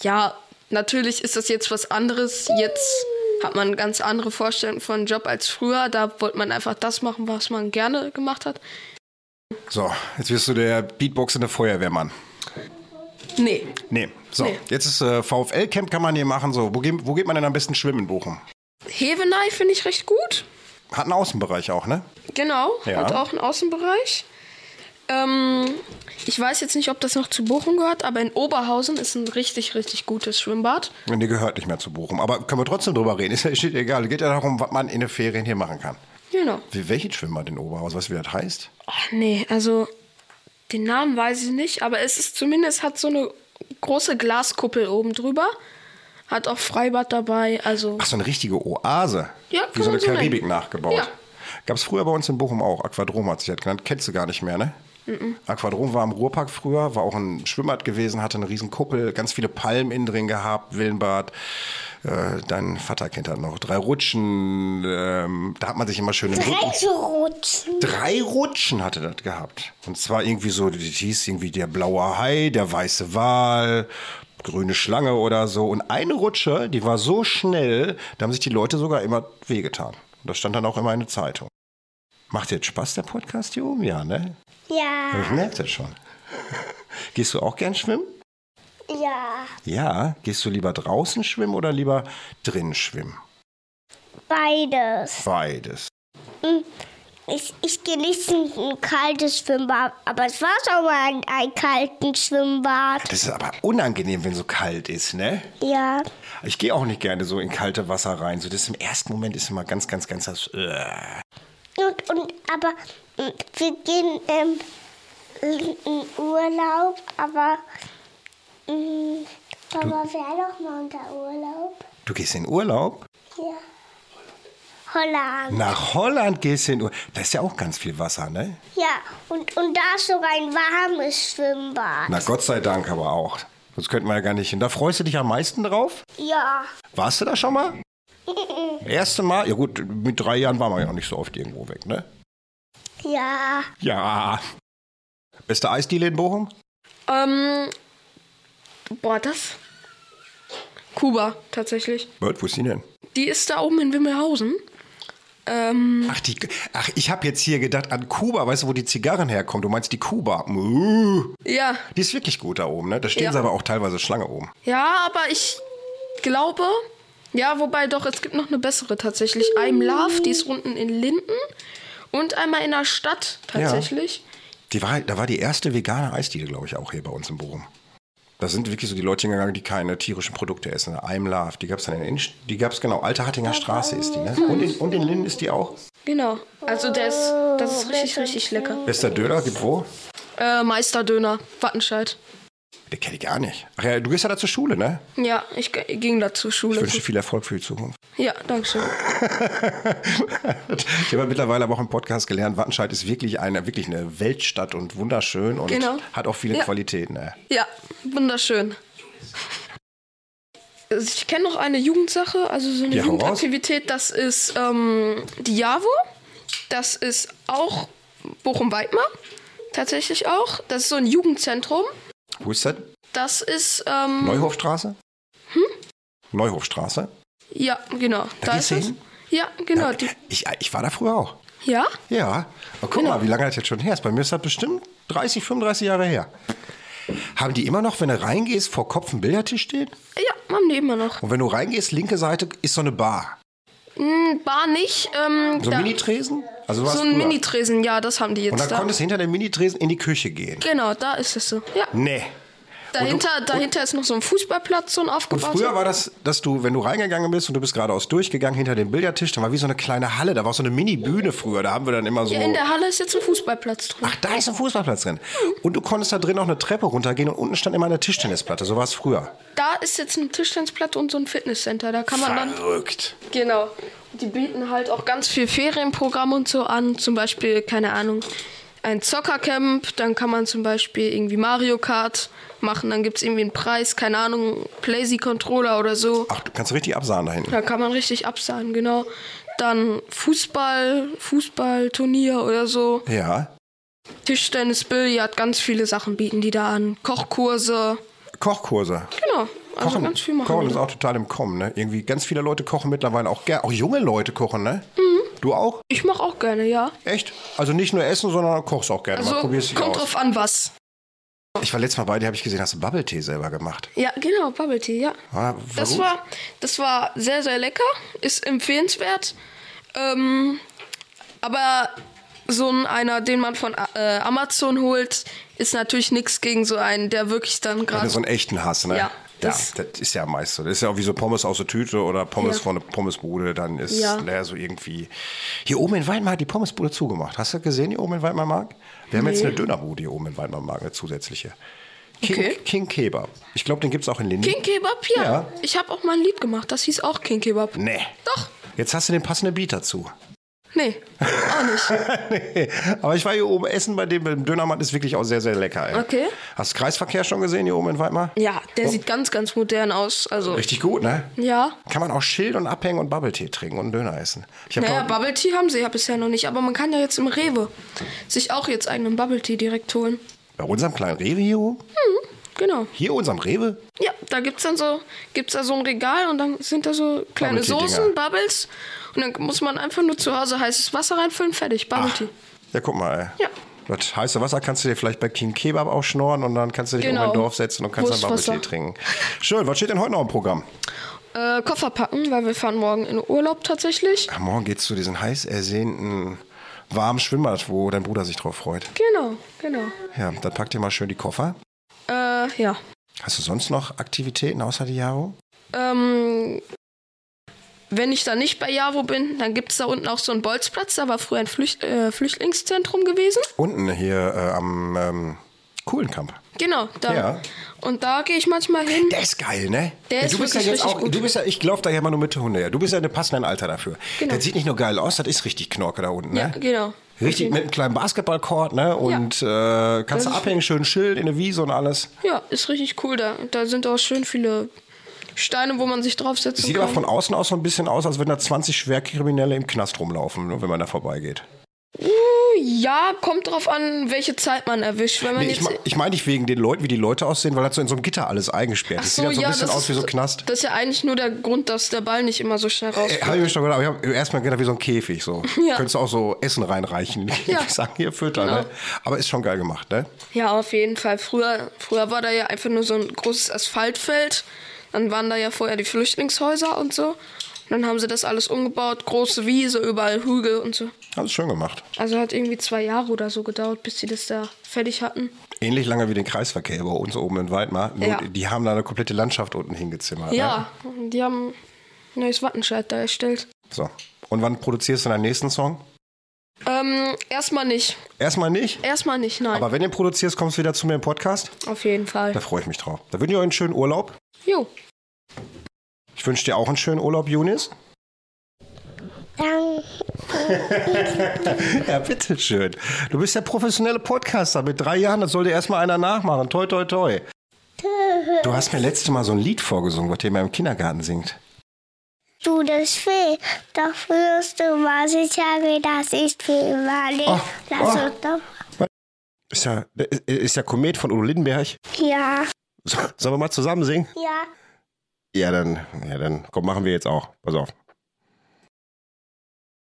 Speaker 5: Ja, natürlich ist das jetzt was anderes. Jetzt hat man ganz andere Vorstellungen von Job als früher. Da wollte man einfach das machen, was man gerne gemacht hat.
Speaker 2: So, jetzt wirst du der Beatboxende Feuerwehrmann.
Speaker 5: Nee.
Speaker 2: Nee, so,
Speaker 5: Nee.
Speaker 2: jetzt ist äh, VfL-Camp, kann man hier machen. So, wo, geht- wo geht man denn am besten schwimmen in Bochum?
Speaker 5: Hevenei finde ich recht gut.
Speaker 2: Hat einen Außenbereich auch, ne?
Speaker 5: Genau,
Speaker 2: Ja.
Speaker 5: hat auch einen Außenbereich. Ähm, ich weiß jetzt nicht, ob das noch zu Bochum gehört, aber in Oberhausen ist ein richtig, richtig gutes Schwimmbad.
Speaker 2: Nee, gehört nicht mehr zu Bochum. Aber können wir trotzdem drüber reden. [LAUGHS] Ist ja steht egal. Geht ja darum, was man in den Ferien hier machen kann.
Speaker 5: Genau.
Speaker 2: Wie, welches Schwimmbad in Oberhaus? Weißt du, wie das heißt?
Speaker 5: Ach nee, also den Namen weiß ich nicht, aber es ist zumindest hat so eine große Glaskuppel oben drüber. Hat auch Freibad dabei, also
Speaker 2: Ach, so eine richtige Oase.
Speaker 5: Ja,
Speaker 2: Wie
Speaker 5: kann
Speaker 2: so eine
Speaker 5: man so nennen.
Speaker 2: Karibik nachgebaut.
Speaker 5: Ja.
Speaker 2: Gab es früher bei uns in Bochum auch. Aquadrom hat sich das genannt. Kennst du gar nicht mehr, ne? Aquadrom war im Ruhrpark früher, war auch ein Schwimmbad gewesen, hatte eine riesen Kuppel, ganz viele Palmen innen drin gehabt, Willenbad. Äh, dein Vater kennt das noch. Drei Rutschen, ähm, da hat man sich immer schön im Rücken.
Speaker 4: Drecksrutschen.
Speaker 2: Drei Rutschen hatte das gehabt. Und zwar irgendwie so, das hieß irgendwie der blaue Hai, der weiße Wal, grüne Schlange oder so. Und eine Rutsche, die war so schnell, da haben sich die Leute sogar immer wehgetan. Und das stand dann auch immer in der Zeitung. Macht dir jetzt Spaß, der Podcast hier oben? Ja, ne?
Speaker 4: Ja,
Speaker 2: Ich merke das schon. [LAUGHS] Gehst du auch gern schwimmen?
Speaker 4: ja,
Speaker 2: Ja. Gehst du lieber draußen schwimmen oder lieber drin schwimmen?
Speaker 4: beides. Hm.
Speaker 2: Beides.
Speaker 4: Ich, ich gehe nicht in ein kaltes Schwimmbad, aber es war schon mal ein, ein kalten Schwimmbad.
Speaker 2: Das ist aber unangenehm, wenn so kalt ist, ne?
Speaker 4: Ja,
Speaker 2: Ich gehe auch nicht gerne so in kalte Wasser rein. So das im ersten Moment ist immer ganz, ganz, ganz. Das, äh.
Speaker 4: Und, und aber mm, wir gehen ähm, in in Urlaub, aber mm, Papa wäre doch mal unter Urlaub.
Speaker 2: Du gehst in Urlaub?
Speaker 4: Ja. Holland.
Speaker 2: Nach Holland gehst du in Urlaub. Da ist ja auch ganz viel Wasser, ne?
Speaker 4: Ja, und, und da ist sogar ein warmes Schwimmbad.
Speaker 2: Na Gott sei Dank aber auch. Sonst könnten wir ja gar nicht hin. Da freust du dich am meisten drauf?
Speaker 4: Ja.
Speaker 2: Warst du da schon mal? Erste Mal? Ja gut, mit drei Jahren waren wir ja noch nicht so oft irgendwo weg, ne?
Speaker 4: Ja.
Speaker 2: Ja. Beste Eisdiele in Bochum?
Speaker 5: ähm, boah, das? Kuba, tatsächlich.
Speaker 2: Bird, wo ist die denn?
Speaker 5: Die ist da oben in Wimmelhausen. Ähm,
Speaker 2: Ach, die, ach ich habe jetzt hier gedacht an Kuba. Weißt du, wo die Zigarren herkommen? Du meinst die Kuba. Uh,
Speaker 5: ja,
Speaker 2: Die ist wirklich gut da oben, ne? Da stehen
Speaker 5: Ja.
Speaker 2: sie aber auch teilweise Schlange oben.
Speaker 5: ja, aber ich glaube, ja, wobei doch, es gibt noch eine bessere tatsächlich. I'm Love, die ist unten in Linden und einmal in der Stadt tatsächlich.
Speaker 2: Die war, da war die erste vegane Eisdiele, glaube ich, auch hier bei uns in Bochum. Da sind wirklich so die Leute hingegangen, die keine tierischen Produkte essen. Eimlaf, die gab es dann in der Innenst- Die gab es genau, Alte Hattinger Straße ist die, ne? Und in, und in Linden ist die auch.
Speaker 5: Genau. Also der ist, das ist richtig, richtig lecker.
Speaker 2: Bester Döner, gibt wo?
Speaker 5: Äh, Meisterdöner, Wattenscheid.
Speaker 2: Den kenne ich gar nicht. Ach ja, du gehst ja da zur Schule, ne?
Speaker 5: Ja, ich g- ging da zur
Speaker 2: Ich
Speaker 5: Schule.
Speaker 2: wünsche dir viel Erfolg für die Zukunft.
Speaker 5: Ja, danke schön.
Speaker 2: ich habe ja mittlerweile aber auch im Podcast gelernt, Wattenscheid ist wirklich eine, wirklich eine Weltstadt und wunderschön und
Speaker 5: Genau.
Speaker 2: hat auch viele
Speaker 5: Ja.
Speaker 2: Qualitäten. Ne?
Speaker 5: Ja, wunderschön. Also Ich kenne noch eine Jugendsache, also so eine
Speaker 2: Ja, hau raus.
Speaker 5: Jugendaktivität, das ist ähm, die JAVO. Das ist auch Bochum-Weidmar, tatsächlich auch. Das ist so ein Jugendzentrum.
Speaker 2: Wo ist das?
Speaker 5: Das ist, ähm,
Speaker 2: Neuhofstraße?
Speaker 5: Hm?
Speaker 2: Neuhofstraße?
Speaker 5: ja, genau.
Speaker 2: Da gehst du
Speaker 5: es.
Speaker 2: hin?
Speaker 5: Ja, genau. Die,
Speaker 2: Ich, ich war da früher auch.
Speaker 5: ja?
Speaker 2: Ja, aber guck
Speaker 5: Genau.
Speaker 2: mal, wie lange das jetzt schon her ist. Bei mir ist das bestimmt 30, 35 Jahre her. Haben die immer noch, wenn du reingehst, vor Kopf ein Billardtisch stehen?
Speaker 5: Ja, haben die immer noch.
Speaker 2: Und wenn du reingehst, linke Seite ist so eine Bar.
Speaker 5: Hm, Bar nicht. Ähm,
Speaker 2: So
Speaker 5: da,
Speaker 2: ein Mini-Tresen? Also warst
Speaker 5: so ein
Speaker 2: du da.
Speaker 5: Mini-Tresen, ja, das haben die
Speaker 2: Und
Speaker 5: jetzt
Speaker 2: dann
Speaker 5: da.
Speaker 2: konntest du hinter dem Mini-Tresen in die Küche gehen.
Speaker 5: Genau, da ist es so. Ja.
Speaker 2: Nee.
Speaker 5: Dahinter, dahinter ist noch so ein Fußballplatz, so ein
Speaker 2: Und
Speaker 5: aufgebauter.
Speaker 2: früher war das, dass du, wenn du reingegangen bist und du bist geradeaus durchgegangen hinter dem Billardtisch, da war wie so eine kleine Halle, da war so eine Mini-Bühne früher, da haben wir dann immer so...
Speaker 5: Ja, in der Halle ist jetzt ein Fußballplatz drin.
Speaker 2: Ach, da ist ein Fußballplatz drin. Und du konntest da drin auch eine Treppe runtergehen und unten stand immer eine Tischtennisplatte, so war es früher.
Speaker 5: Da ist jetzt ein Tischtennisplatte und so ein Fitnesscenter. Da kann man dann.
Speaker 2: Verrückt.
Speaker 5: Genau. Die bieten halt auch ganz viel Ferienprogramm und so an. Zum Beispiel, keine Ahnung, ein Zockercamp. Dann kann man zum Beispiel irgendwie Mario Kart machen. Dann gibt es irgendwie einen Preis, keine Ahnung, Plazy Controller oder so.
Speaker 2: Ach, du kannst richtig absahnen da hinten.
Speaker 5: Da kann man richtig absahnen, genau. Dann Fußball, Fußballturnier oder so.
Speaker 2: Ja.
Speaker 5: Tischtennis, Billard, ganz viele Sachen bieten die da an. Kochkurse.
Speaker 2: Kochkurse.
Speaker 5: Genau. Also
Speaker 2: Kochen,
Speaker 5: ganz viel machen.
Speaker 2: kochen
Speaker 5: die
Speaker 2: ist
Speaker 5: da.
Speaker 2: auch total im Kommen, ne? Irgendwie ganz viele Leute kochen mittlerweile auch gerne. Auch junge Leute kochen, ne?
Speaker 5: Mhm.
Speaker 2: Du auch?
Speaker 5: Ich mache auch gerne, ja.
Speaker 2: Echt? Also nicht nur essen, sondern kochst auch gerne.
Speaker 5: Also
Speaker 2: Mal probierst dich
Speaker 5: kommt
Speaker 2: aus.
Speaker 5: drauf an, was.
Speaker 2: Ich war letztes Mal bei dir, habe ich gesehen, hast du Bubble Tea selber gemacht.
Speaker 5: Ja, genau, Bubble Tea, ja.
Speaker 2: Ah,
Speaker 5: Das
Speaker 2: warum?
Speaker 5: war, das war sehr, sehr lecker, ist empfehlenswert. Ähm, aber so ein einer, den man von äh, Amazon holt, ist natürlich nichts gegen so einen, der wirklich dann
Speaker 2: Wenn du
Speaker 5: gerade.
Speaker 2: so einen echten Hass, ne?
Speaker 5: Ja,
Speaker 2: ja, das,
Speaker 5: das-
Speaker 2: ist ja meist so. Das ist ja auch wie so Pommes aus der Tüte oder Pommes
Speaker 5: Ja.
Speaker 2: von der Pommesbude. Dann ist,
Speaker 5: Ja.
Speaker 2: naja, so irgendwie. Hier oben in Weidmar hat die Pommesbude zugemacht. Hast du das gesehen, hier oben in Weidmar Markt? Wir haben jetzt eine Dönerbude hier oben in Weidmar Markt, eine zusätzliche. King,
Speaker 5: Okay.
Speaker 2: King Kebab. Ich glaube, den gibt es auch in Linden.
Speaker 5: King Kebab, ja.
Speaker 2: Ja.
Speaker 5: Ich habe auch mal ein Lied gemacht, das hieß auch King Kebab.
Speaker 2: Nee.
Speaker 5: Doch,
Speaker 2: Jetzt hast du den passenden Beat dazu. [LAUGHS]
Speaker 5: nee, auch nicht.
Speaker 2: nee. Aber ich war hier oben essen bei dem beim Dönermann, ist wirklich auch sehr, sehr lecker. Ey.
Speaker 5: Okay.
Speaker 2: Hast du Kreisverkehr schon gesehen hier oben in Weidmar?
Speaker 5: Ja, der
Speaker 2: Oh.
Speaker 5: sieht ganz, ganz modern aus. Also,
Speaker 2: Richtig gut, ne?
Speaker 5: ja.
Speaker 2: Kann man auch Schild und abhängen und Bubble Tea trinken und Döner essen. Ich hab
Speaker 5: Naja,
Speaker 2: doch-
Speaker 5: Bubble Tea haben sie ja bisher noch nicht, aber man kann ja jetzt im Rewe sich auch jetzt eigenen Bubble Tea direkt holen.
Speaker 2: Bei unserem kleinen Rewe hier oben?
Speaker 5: Genau.
Speaker 2: Hier unserem Rewe?
Speaker 5: Ja, da gibt's dann so, gibt's da so ein Regal und dann sind da so kleine
Speaker 2: Bubble Tea-Dinger.
Speaker 5: Soßen, Bubbles und dann muss man einfach nur zu Hause heißes Wasser reinfüllen, fertig, Bubble Tea.
Speaker 2: Ja, guck mal, ey.
Speaker 5: Ja.
Speaker 2: Das heiße Wasser kannst du dir vielleicht bei King Kebab auch schnorren und dann kannst du dich
Speaker 5: Genau.
Speaker 2: oben im Dorf setzen und kannst dann Bubble
Speaker 5: Wurstwasser.
Speaker 2: Tea trinken. Schön, was steht denn heute noch im Programm?
Speaker 5: Äh, Koffer packen, weil wir fahren morgen in Urlaub tatsächlich.
Speaker 2: Ach, morgen geht's zu diesem heiß ersehnten warmen Schwimmbad, wo dein Bruder sich drauf freut.
Speaker 5: Genau, genau.
Speaker 2: Ja, dann pack dir mal schön die Koffer.
Speaker 5: Äh, ja.
Speaker 2: Hast du sonst noch Aktivitäten außer die Jaro?
Speaker 5: Ähm, wenn ich da nicht bei Javo bin, dann gibt's da unten auch so einen Bolzplatz, da war früher ein Flücht äh, Flüchtlingszentrum gewesen.
Speaker 2: Unten hier äh, am ähm, Kuhlenkamp.
Speaker 5: Genau, da.
Speaker 2: Ja.
Speaker 5: Und da gehe ich manchmal hin.
Speaker 2: Der ist geil, ne?
Speaker 5: Der
Speaker 2: ja,
Speaker 5: ist
Speaker 2: du bist ja
Speaker 5: wirklich
Speaker 2: jetzt
Speaker 5: richtig
Speaker 2: auch,
Speaker 5: gut.
Speaker 2: du bist ja, ich laufe da ja immer nur mit der Hunde her. Du bist ja in einem passenden Alter dafür.
Speaker 5: Genau.
Speaker 2: Das sieht nicht nur geil aus, das ist richtig Knorke da unten, ne?
Speaker 5: Ja, genau.
Speaker 2: Richtig mit einem kleinen Basketballcourt, ne? Und äh, kannst du abhängen, schön Schild in der Wiese und alles.
Speaker 5: Ja, ist richtig cool da. Da sind auch schön viele Steine, wo man sich draufsetzen
Speaker 2: Sieht
Speaker 5: kann.
Speaker 2: aber von außen auch so ein bisschen aus, als wenn da 20 Schwerkriminelle im Knast rumlaufen, ne, wenn man da vorbeigeht.
Speaker 5: Uh, ja, kommt drauf an, welche Zeit man erwischt. Wenn man
Speaker 2: Nee, ich
Speaker 5: jetzt
Speaker 2: me- ich meine nicht wegen den Leuten, wie die Leute aussehen, weil das so in so einem Gitter alles eingesperrt
Speaker 5: Ach
Speaker 2: ist.
Speaker 5: so,
Speaker 2: Sieht dann so ein
Speaker 5: ja,
Speaker 2: bisschen
Speaker 5: das
Speaker 2: aus wie
Speaker 5: ist-
Speaker 2: so ein Knast.
Speaker 5: Das ist ja eigentlich nur der Grund, dass der Ball nicht immer so schnell rauskommt.
Speaker 2: Habe Äh, ich mir schon gedacht, aber ich habe erstmal gedacht, wie so ein Käfig. So.
Speaker 5: [LAUGHS] Ja.
Speaker 2: Könntest du auch so Essen reinreichen. [LAUGHS] in den
Speaker 5: Ja.
Speaker 2: Käfig, sagen, hier Fütter.
Speaker 5: Genau.
Speaker 2: Ne? Aber ist schon geil gemacht, ne?
Speaker 5: Ja, auf jeden Fall. Früher, früher war da ja einfach nur so ein großes Asphaltfeld. Dann waren da ja vorher die Flüchtlingshäuser und so. Und dann haben sie das alles umgebaut, große Wiese, überall Hügel und so.
Speaker 2: Haben sie schön gemacht.
Speaker 5: Also hat irgendwie zwei Jahre oder so gedauert, bis sie das da fertig hatten.
Speaker 2: Ähnlich lange wie den Kreisverkehr bei uns oben in Weidmar. Nur
Speaker 5: Ja.
Speaker 2: Die haben da eine komplette Landschaft unten hingezimmert. Ne?
Speaker 5: Ja, und die haben ein neues Wattenscheid da erstellt.
Speaker 2: So. Und wann produzierst du deinen nächsten Song?
Speaker 5: Ähm, erstmal nicht.
Speaker 2: Erstmal nicht.
Speaker 5: Erstmal nicht, nein.
Speaker 2: Aber wenn du produzierst, kommst du wieder zu mir im Podcast.
Speaker 5: auf jeden Fall.
Speaker 2: Da freue ich mich drauf. Da wünsche ich euch einen schönen Urlaub.
Speaker 5: Jo.
Speaker 2: Ich wünsche dir auch einen schönen Urlaub, Junis.
Speaker 4: Dann
Speaker 2: [LAUGHS] Ja, bitteschön. Du bist der professionelle Podcaster mit drei Jahren. Das soll dir erstmal einer nachmachen. Toi, toi, toi. Du hast mir letztes Mal so ein Lied vorgesungen, was ihr immer im Kindergarten singt.
Speaker 4: du das Fee, doch wirst du mal sicher, wie das ist für immer
Speaker 2: Oh,
Speaker 4: nicht. Lass
Speaker 2: oh.
Speaker 4: uns doch.
Speaker 2: Ist ja, äh, ist ja Komet von Udo Lindenberg.
Speaker 4: Ja,
Speaker 2: So, sollen wir mal zusammen singen?
Speaker 4: ja.
Speaker 2: Ja, dann, ja, dann komm, machen wir jetzt auch. Pass auf.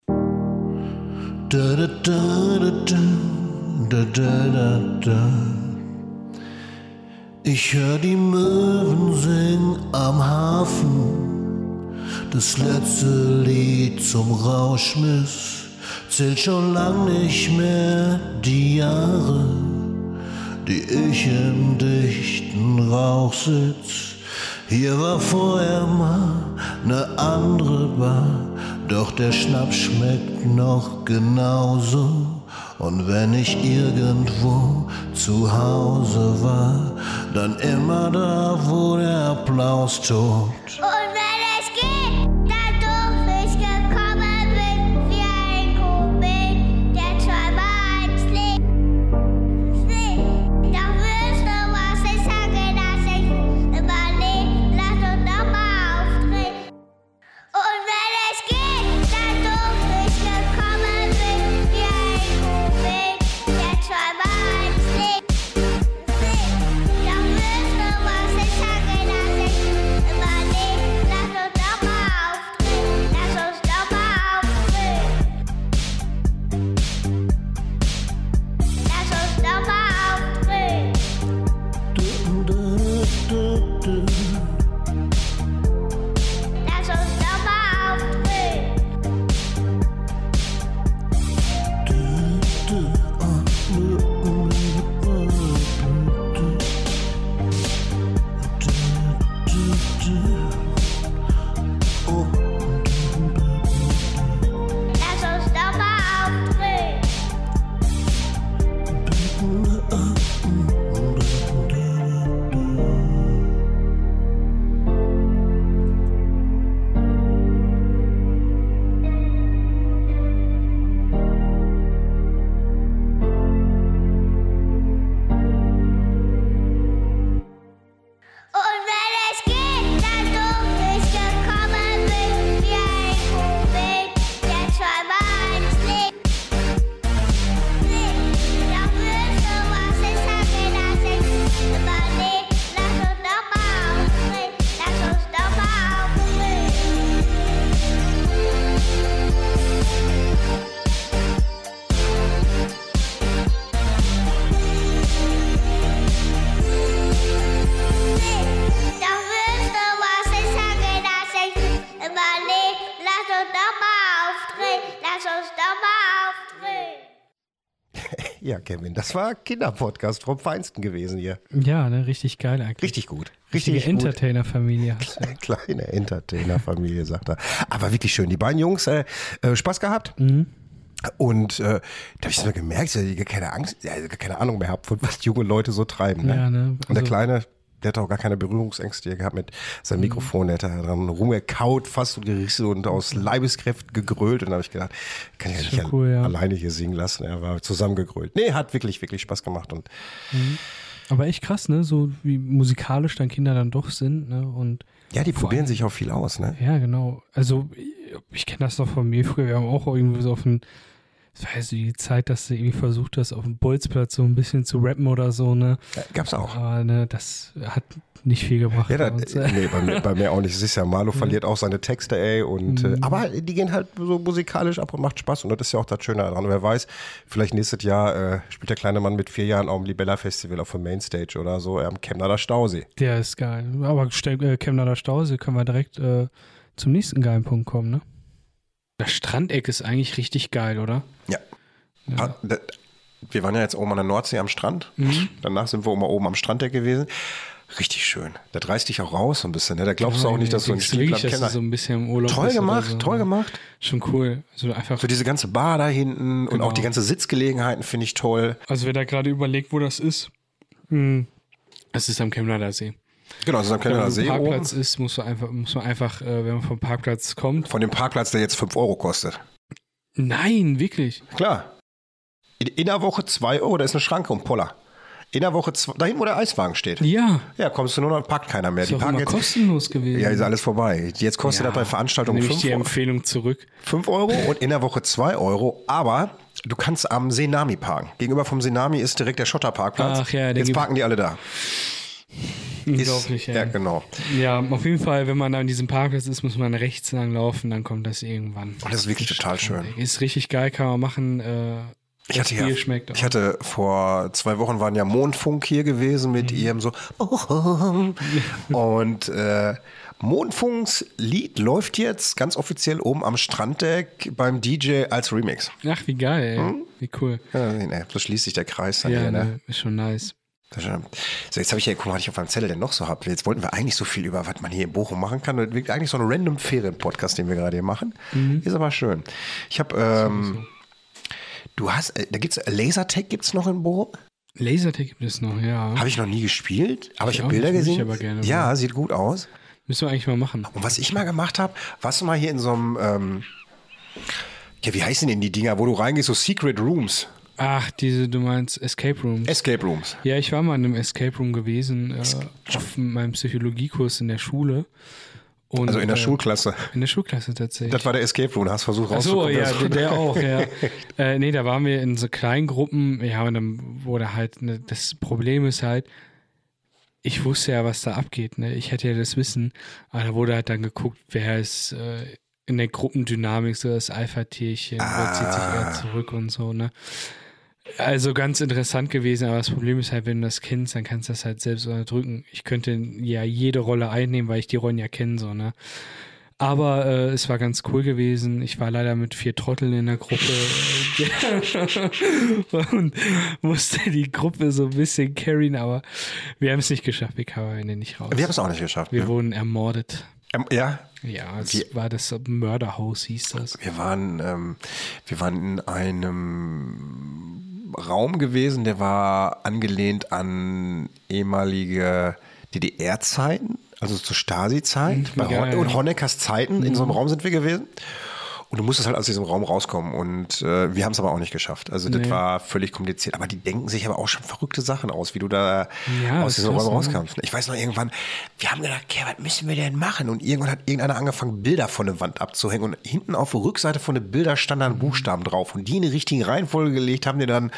Speaker 6: Da, da, da, da, da, da, da, da, da. Ich hör die Möwen singen am Hafen. Das letzte Lied zum Rauschmiss zählt schon lang nicht mehr die Jahre, die ich im dichten Rauch sitz. Hier war vorher mal ne andere Bar, doch der Schnaps schmeckt noch genauso. Und wenn ich irgendwo zu Hause war, dann immer da, wo der Applaus tobt.
Speaker 4: Und wenn es geht, dann doof ich gekommen bin, wie ein Komet, der zweimal ans Licht fliegt. Doch wirst du, was ich sage, dass ich überlebe. Lass uns doch mal aufdrehen. Und wenn es geht, dann doof ich gekommen bin, wie ein Komet, der zweimal ans Licht Und wenn es geht, dann doof ich gekommen bin, wie ein Komet, der zweimal ins Licht fliegt. Doch wirst du, was ich sage, dass ich überlebe. Lass uns doch mal aufdrehen, lass uns doch mal aufdrehen. Doch wirst du, was ich sage, dass ich überlebe. Lass uns doch mal aufdrehen, lass uns doch mal aufdrehen.
Speaker 2: Ja, Kevin, das war Kinderpodcast vom Feinsten gewesen hier.
Speaker 7: Ja, ne, richtig geil eigentlich.
Speaker 2: Richtig gut.
Speaker 7: Richtige
Speaker 2: Richtig gut.
Speaker 7: Entertainer-Familie. hast du.
Speaker 2: [LAUGHS] Kleine Entertainer-Familie, sagt er. Aber wirklich schön. Die beiden Jungs, äh, äh, Spaß gehabt.
Speaker 7: Mhm.
Speaker 2: Und äh, da habe ich so gemerkt, dass ich gar keine Angst, ja, also gar keine Ahnung mehr habe, von was junge Leute so treiben. Ne?
Speaker 7: Ja, ne,
Speaker 2: Und der
Speaker 7: also- Mhm.
Speaker 2: Kleine, der hat auch gar keine Berührungsängste hier gehabt mit seinem Mikrofon. Der hat da dran rumgekaut, fast und gerissen und aus Leibeskräften gegrölt. Und da habe ich gedacht, kann ich ja
Speaker 7: Mhm. schon
Speaker 2: nicht
Speaker 7: cool, ja.
Speaker 2: alleine hier singen lassen. Er war zusammengegrölt. Nee, hat wirklich, wirklich Spaß gemacht. Und
Speaker 7: Aber echt krass, ne? So wie musikalisch dann Kinder dann doch sind, ne? Und
Speaker 2: ja, die
Speaker 7: Vor
Speaker 2: probieren
Speaker 7: allem-
Speaker 2: sich auch viel aus, ne?
Speaker 7: ja, genau. Also ich kenne das noch von mir früher. Wir haben auch irgendwie so auf dem das war ja so die Zeit, dass du irgendwie versucht hast, auf dem Bolzplatz so ein bisschen zu rappen oder so, ne?
Speaker 2: Ja, gab's auch.
Speaker 7: Aber ne, das hat nicht viel gebracht.
Speaker 2: Ja,
Speaker 7: bei
Speaker 2: da,
Speaker 7: uns,
Speaker 2: [LAUGHS]
Speaker 7: äh.
Speaker 2: nee, bei mir, bei mir auch nicht. Es ist ja, Marlo verliert auch seine Texte, ey. Und, äh, aber die gehen halt so musikalisch ab und macht Spaß. Und das ist ja auch das Schöne daran. Wer weiß, vielleicht nächstes Jahr äh, spielt der kleine Mann mit vier Jahren auf dem Libella Festival auf dem Mainstage oder so äh, am Chemnader Stausee.
Speaker 7: Der ist geil. Aber Ste- äh, Chemnader Stausee können wir direkt äh, zum nächsten geilen Punkt kommen, ne?
Speaker 3: Das Strandeck ist eigentlich richtig geil, oder?
Speaker 2: Ja. Pa- da- Wir waren ja jetzt oben an der Nordsee am Strand. Danach sind wir auch mal oben am Stranddeck gewesen. Richtig schön. Das reißt dich auch raus so ein bisschen. Ne? Da glaubst du auch nicht, dass du einen
Speaker 3: Denkst wirklich,
Speaker 2: Stiefel am Chemnader...
Speaker 3: dass du so ein bisschen im Urlaub
Speaker 2: Toll
Speaker 3: bist oder
Speaker 2: gemacht,
Speaker 3: so. ne?
Speaker 2: toll gemacht.
Speaker 3: Schon cool. Also einfach
Speaker 2: So diese ganze Bar da hinten und auch die ganze Sitzgelegenheiten finde ich toll.
Speaker 3: Also wer da gerade überlegt, wo das ist, hm, es ist am Chemnader See.
Speaker 2: Genau, so ein
Speaker 3: Wenn
Speaker 2: kleiner
Speaker 3: man
Speaker 2: See
Speaker 3: am
Speaker 2: oben.
Speaker 3: Parkplatz ist, muss man einfach, muss man einfach äh, wenn man vom Parkplatz kommt.
Speaker 2: Von dem Parkplatz, der jetzt 5 Euro kostet.
Speaker 3: Nein, wirklich.
Speaker 2: Klar. In, in der Woche 2 Euro, da ist eine Schranke und Poller. In der Woche, zwei, dahin, wo der Eiswagen steht.
Speaker 3: Ja.
Speaker 2: Ja, kommst du nur noch, packt keiner mehr.
Speaker 3: Ist
Speaker 2: Die
Speaker 3: doch
Speaker 2: parken
Speaker 3: immer
Speaker 2: jetzt.
Speaker 3: kostenlos gewesen.
Speaker 2: Ja, ist alles vorbei. Jetzt kostet das bei Veranstaltungen
Speaker 3: Nehme ich die
Speaker 2: 5
Speaker 3: Empfehlung zurück.
Speaker 2: Euro und in der Woche 2 Euro. Aber du kannst am Senami parken. Gegenüber vom Senami ist direkt der Schotterparkplatz.
Speaker 3: Ach ja, der
Speaker 2: jetzt
Speaker 3: gibt-
Speaker 2: parken die alle da.
Speaker 3: Unglaublich,
Speaker 2: ja. Ja,
Speaker 3: ey.
Speaker 2: genau.
Speaker 3: Ja, auf jeden Fall, wenn man da in diesem Parkplatz ist, muss man rechts lang laufen, dann kommt das irgendwann.
Speaker 2: Und Oh, das ist wirklich total schön.
Speaker 3: Ist richtig geil, kann man machen. Äh,
Speaker 2: Ich hatte,
Speaker 3: das Bier
Speaker 2: ja,
Speaker 3: schmeckt auch.
Speaker 2: ich hatte vor zwei Wochen waren ja Mondfunk hier gewesen
Speaker 3: Mhm.
Speaker 2: mit ihrem so [LAUGHS] und äh, Mondfunks Lied läuft jetzt ganz offiziell oben am Stranddeck beim DJ als Remix.
Speaker 3: Ach, wie geil, ey. Wie cool.
Speaker 2: Ja, nee, so schließt sich der Kreis dann
Speaker 3: Ja,
Speaker 2: hier, Hm? ne?
Speaker 3: ne, ist schon nice.
Speaker 2: Das ist schon- So, jetzt habe ich ja, guck mal, was ich auf meinem Zettel denn noch so habe. Jetzt wollten wir eigentlich so viel über, was man hier in Bochum machen kann. Das wirkt eigentlich so ein random Ferien-Podcast, den wir gerade hier machen.
Speaker 3: Mhm.
Speaker 2: Ist aber schön. Ich habe, ähm, du hast, äh, da gibt's Lasertag gibt's noch in Bochum?
Speaker 3: Lasertag gibt es noch, ja.
Speaker 2: Habe ich noch nie gespielt, aber ich,
Speaker 3: Ich auch
Speaker 2: habe Bilder
Speaker 3: nicht, würde ich
Speaker 2: gesehen.
Speaker 3: aber gerne
Speaker 2: ja, sieht gut aus.
Speaker 3: Müssen wir eigentlich mal machen.
Speaker 2: Und was ich mal gemacht habe, was mal hier in so einem, ähm, ja, wie heißen denn die Dinger, wo du reingehst, so Secret Rooms,
Speaker 3: Ach, diese, du meinst Escape Rooms.
Speaker 2: Escape Rooms.
Speaker 3: ja, ich war mal in einem Escape Room gewesen, äh, auf meinem Psychologiekurs in der Schule. Und,
Speaker 2: Also in der
Speaker 3: äh,
Speaker 2: Schulklasse.
Speaker 3: In der Schulklasse tatsächlich.
Speaker 2: Das war der Escape Room, hast versucht
Speaker 3: Ach so,
Speaker 2: rauszukommen.
Speaker 3: ja, der, der auch, ja. äh, nee, da waren wir in so kleinen Gruppen, ja, und dann wurde halt, ne, das Problem ist halt, ich wusste ja, was da abgeht, ne? Ich hätte ja das Wissen, aber da wurde halt dann geguckt, wer ist äh, in der Gruppendynamik so das Alpha-Tierchen, wer zieht sich
Speaker 2: Ah.
Speaker 3: eher zurück und so, ne? Also ganz interessant gewesen, aber das Problem ist halt, wenn du das kennst, dann kannst du das halt selbst unterdrücken. Ich könnte ja jede Rolle einnehmen, weil ich die Rollen ja kenne, so, ne? Aber äh, es war ganz cool gewesen. Ich war leider mit vier Trotteln in der Gruppe [LAUGHS] und musste die Gruppe so ein bisschen carryen, aber wir haben es nicht geschafft. Wir kamen am Ende nicht raus.
Speaker 2: [LAUGHS] Wir haben es auch nicht geschafft.
Speaker 3: Wir
Speaker 2: ne?
Speaker 3: wurden ermordet.
Speaker 2: ähm, ja,
Speaker 3: Ja, es
Speaker 2: Wir-
Speaker 3: war das Mörderhaus, hieß das.
Speaker 2: Wir waren, ähm, wir waren in einem Raum gewesen, der war angelehnt an ehemalige DDR-Zeiten, also zur Stasi-Zeit. Bei Hon
Speaker 3: geil.
Speaker 2: und Honeckers Zeiten in so einem Raum sind wir gewesen. Und du musstest halt aus diesem Raum rauskommen. Und äh, wir haben es aber auch nicht geschafft. Also das
Speaker 3: Nee.
Speaker 2: war völlig kompliziert. Aber die denken sich aber auch schon verrückte Sachen aus, wie du da
Speaker 3: Ja,
Speaker 2: aus
Speaker 3: ist
Speaker 2: diesem Raum
Speaker 3: krass, ne?
Speaker 2: rauskommst. Ich weiß noch irgendwann, wir haben gedacht, okay, was müssen wir denn machen? Und irgendwann hat irgendeiner angefangen, Bilder von der Wand abzuhängen. Und hinten auf der Rückseite von den Bildern standen dann Buchstaben drauf. Und die in die richtige Reihenfolge gelegt haben, die dann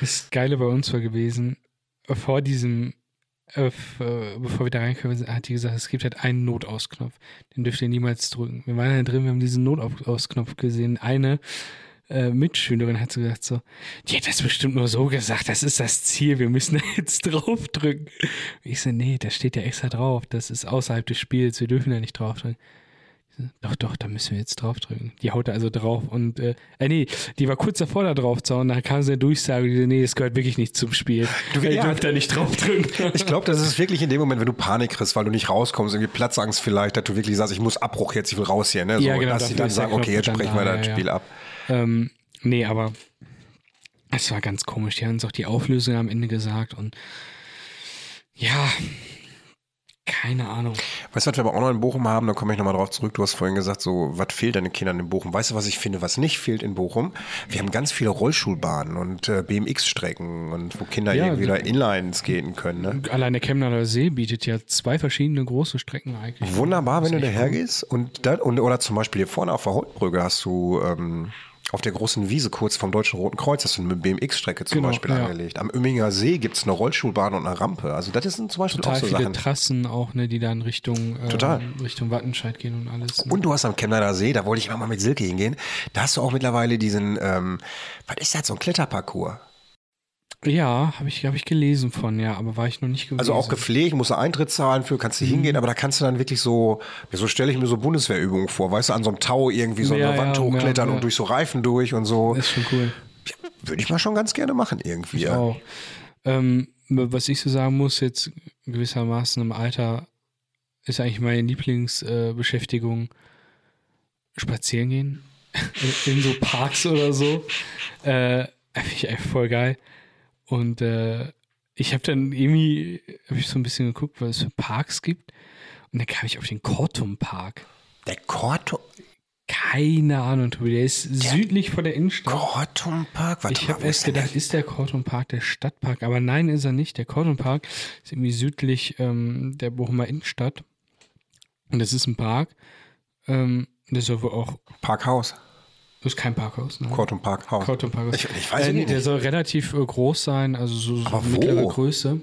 Speaker 3: Das Geile bei uns war gewesen, vor diesem, äh, f- äh, bevor wir da reinkommen, sind, hat die gesagt, es gibt halt einen Notausknopf. Den dürft ihr niemals drücken. Wir waren da drin, wir haben diesen Notausknopf gesehen. Eine äh, Mitschülerin hat so gesagt so, die hat das bestimmt nur so gesagt, das ist das Ziel, wir müssen [LAUGHS] da jetzt drauf drücken. Ich so, nee, da steht ja extra drauf, das ist außerhalb des Spiels, wir dürfen da nicht drauf drücken. Doch, doch, da müssen wir jetzt draufdrücken. Die haut da also drauf und, äh, äh nee, die war kurz davor da drauf zu hauen, dann kam so eine Durchsage, die, so, nee, das gehört wirklich nicht zum Spiel. Du
Speaker 2: ja.
Speaker 3: dürft da nicht draufdrücken.
Speaker 2: Ich glaube, das ist wirklich in dem Moment, wenn du Panik kriegst, weil du nicht rauskommst, irgendwie Platzangst vielleicht, dass du wirklich sagst, ich muss Abbruch jetzt, ich will raus hier, ne? So,
Speaker 3: Ja, genau,
Speaker 2: dass sie
Speaker 3: dafür
Speaker 2: dann
Speaker 3: ist der
Speaker 2: sagen, okay,
Speaker 3: Knopf
Speaker 2: jetzt
Speaker 3: dann
Speaker 2: sprechen wir
Speaker 3: da,
Speaker 2: das
Speaker 3: ja,
Speaker 2: Spiel
Speaker 3: ja.
Speaker 2: ab.
Speaker 3: ähm, nee, aber es war ganz komisch. Die haben uns auch die Auflösung am Ende gesagt und, ja, keine Ahnung.
Speaker 2: Weißt du, was wir aber auch noch in Bochum haben, da komme ich nochmal drauf zurück. Du hast vorhin gesagt, so, was fehlt deinen Kindern in Bochum? Weißt du, was ich finde, was nicht fehlt in Bochum? Wir haben ganz viele Rollschulbahnen und äh, BMX-Strecken und wo Kinder
Speaker 3: Ja,
Speaker 2: irgendwie da
Speaker 3: das-
Speaker 2: Inlines skaten können, ne?
Speaker 3: Allein der Chemnader See bietet ja zwei verschiedene große Strecken eigentlich. Also
Speaker 2: Wunderbar, wenn du
Speaker 3: Ist echt
Speaker 2: dahergehst und, dann, und oder zum Beispiel hier vorne auf der Holtbrücke hast du ähm, auf der großen Wiese kurz vom Deutschen Roten Kreuz, das ist eine BMX-Strecke zum
Speaker 7: Genau,
Speaker 2: Beispiel
Speaker 7: ja.
Speaker 2: angelegt. Am Ömminger See gibt es eine Rollschulbahn und eine Rampe. Also das sind zum Beispiel
Speaker 3: Total
Speaker 2: auch so
Speaker 3: viele
Speaker 2: Sachen.
Speaker 3: Trassen auch, ne, die dann Richtung, äh,
Speaker 2: Total.
Speaker 3: Richtung Wattenscheid gehen und alles. Ne?
Speaker 2: Und du hast am Chemnader See, da wollte ich immer mal mit Silke hingehen, da hast du auch mittlerweile diesen, ähm, was ist das, so ein Kletterparcours.
Speaker 3: ja, habe ich, hab ich gelesen von, ja, aber war ich noch nicht gewesen.
Speaker 2: Also auch gepflegt, musst du Eintritt zahlen für,
Speaker 3: Mhm.
Speaker 2: kannst du hingehen, aber da kannst du dann wirklich so, ja, so stelle ich mir so Bundeswehrübungen vor, weißt du, an so einem Tau irgendwie so
Speaker 3: Ja,
Speaker 2: eine Wand
Speaker 3: ja,
Speaker 2: hochklettern
Speaker 3: ja, ja.
Speaker 2: und durch so Reifen durch und so.
Speaker 3: Ist schon cool.
Speaker 2: Würde ich mal schon ganz gerne machen irgendwie. ja.
Speaker 3: Auch. Ähm, was ich so sagen muss, jetzt gewissermaßen im Alter ist eigentlich meine Lieblingsbeschäftigung äh, Beschäftigung spazieren gehen. [LAUGHS] in, in so Parks oder so. Äh, Finde ich einfach voll geil. Und äh, ich habe dann irgendwie hab ich so ein bisschen geguckt, was es für Parks gibt. Und dann kam ich auf den Kortum Park.
Speaker 2: Der Kortum,
Speaker 3: Keine Ahnung, Tobi. Der ist südlich von der Innenstadt.
Speaker 2: Kortum Park, warte
Speaker 3: Ich
Speaker 2: mal,
Speaker 3: habe
Speaker 2: wo ist
Speaker 3: erst
Speaker 2: denn der?
Speaker 3: gedacht, ist der Cordon Park der Stadtpark? Aber nein, ist er nicht. Der Cordon Park ist irgendwie südlich ähm, der Bochumer Innenstadt. Und das ist ein Park. Ähm, das soll wohl auch.
Speaker 2: Parkhaus.
Speaker 3: Das ist kein Parkhaus. Ne?
Speaker 2: Kortum Parkhaus.
Speaker 3: Cordon Park.
Speaker 2: Ich- ich weiß ihn
Speaker 3: Äh, der
Speaker 2: nicht.
Speaker 3: soll relativ äh, groß sein, also so, so
Speaker 2: Aber wo?
Speaker 3: mittlere Größe.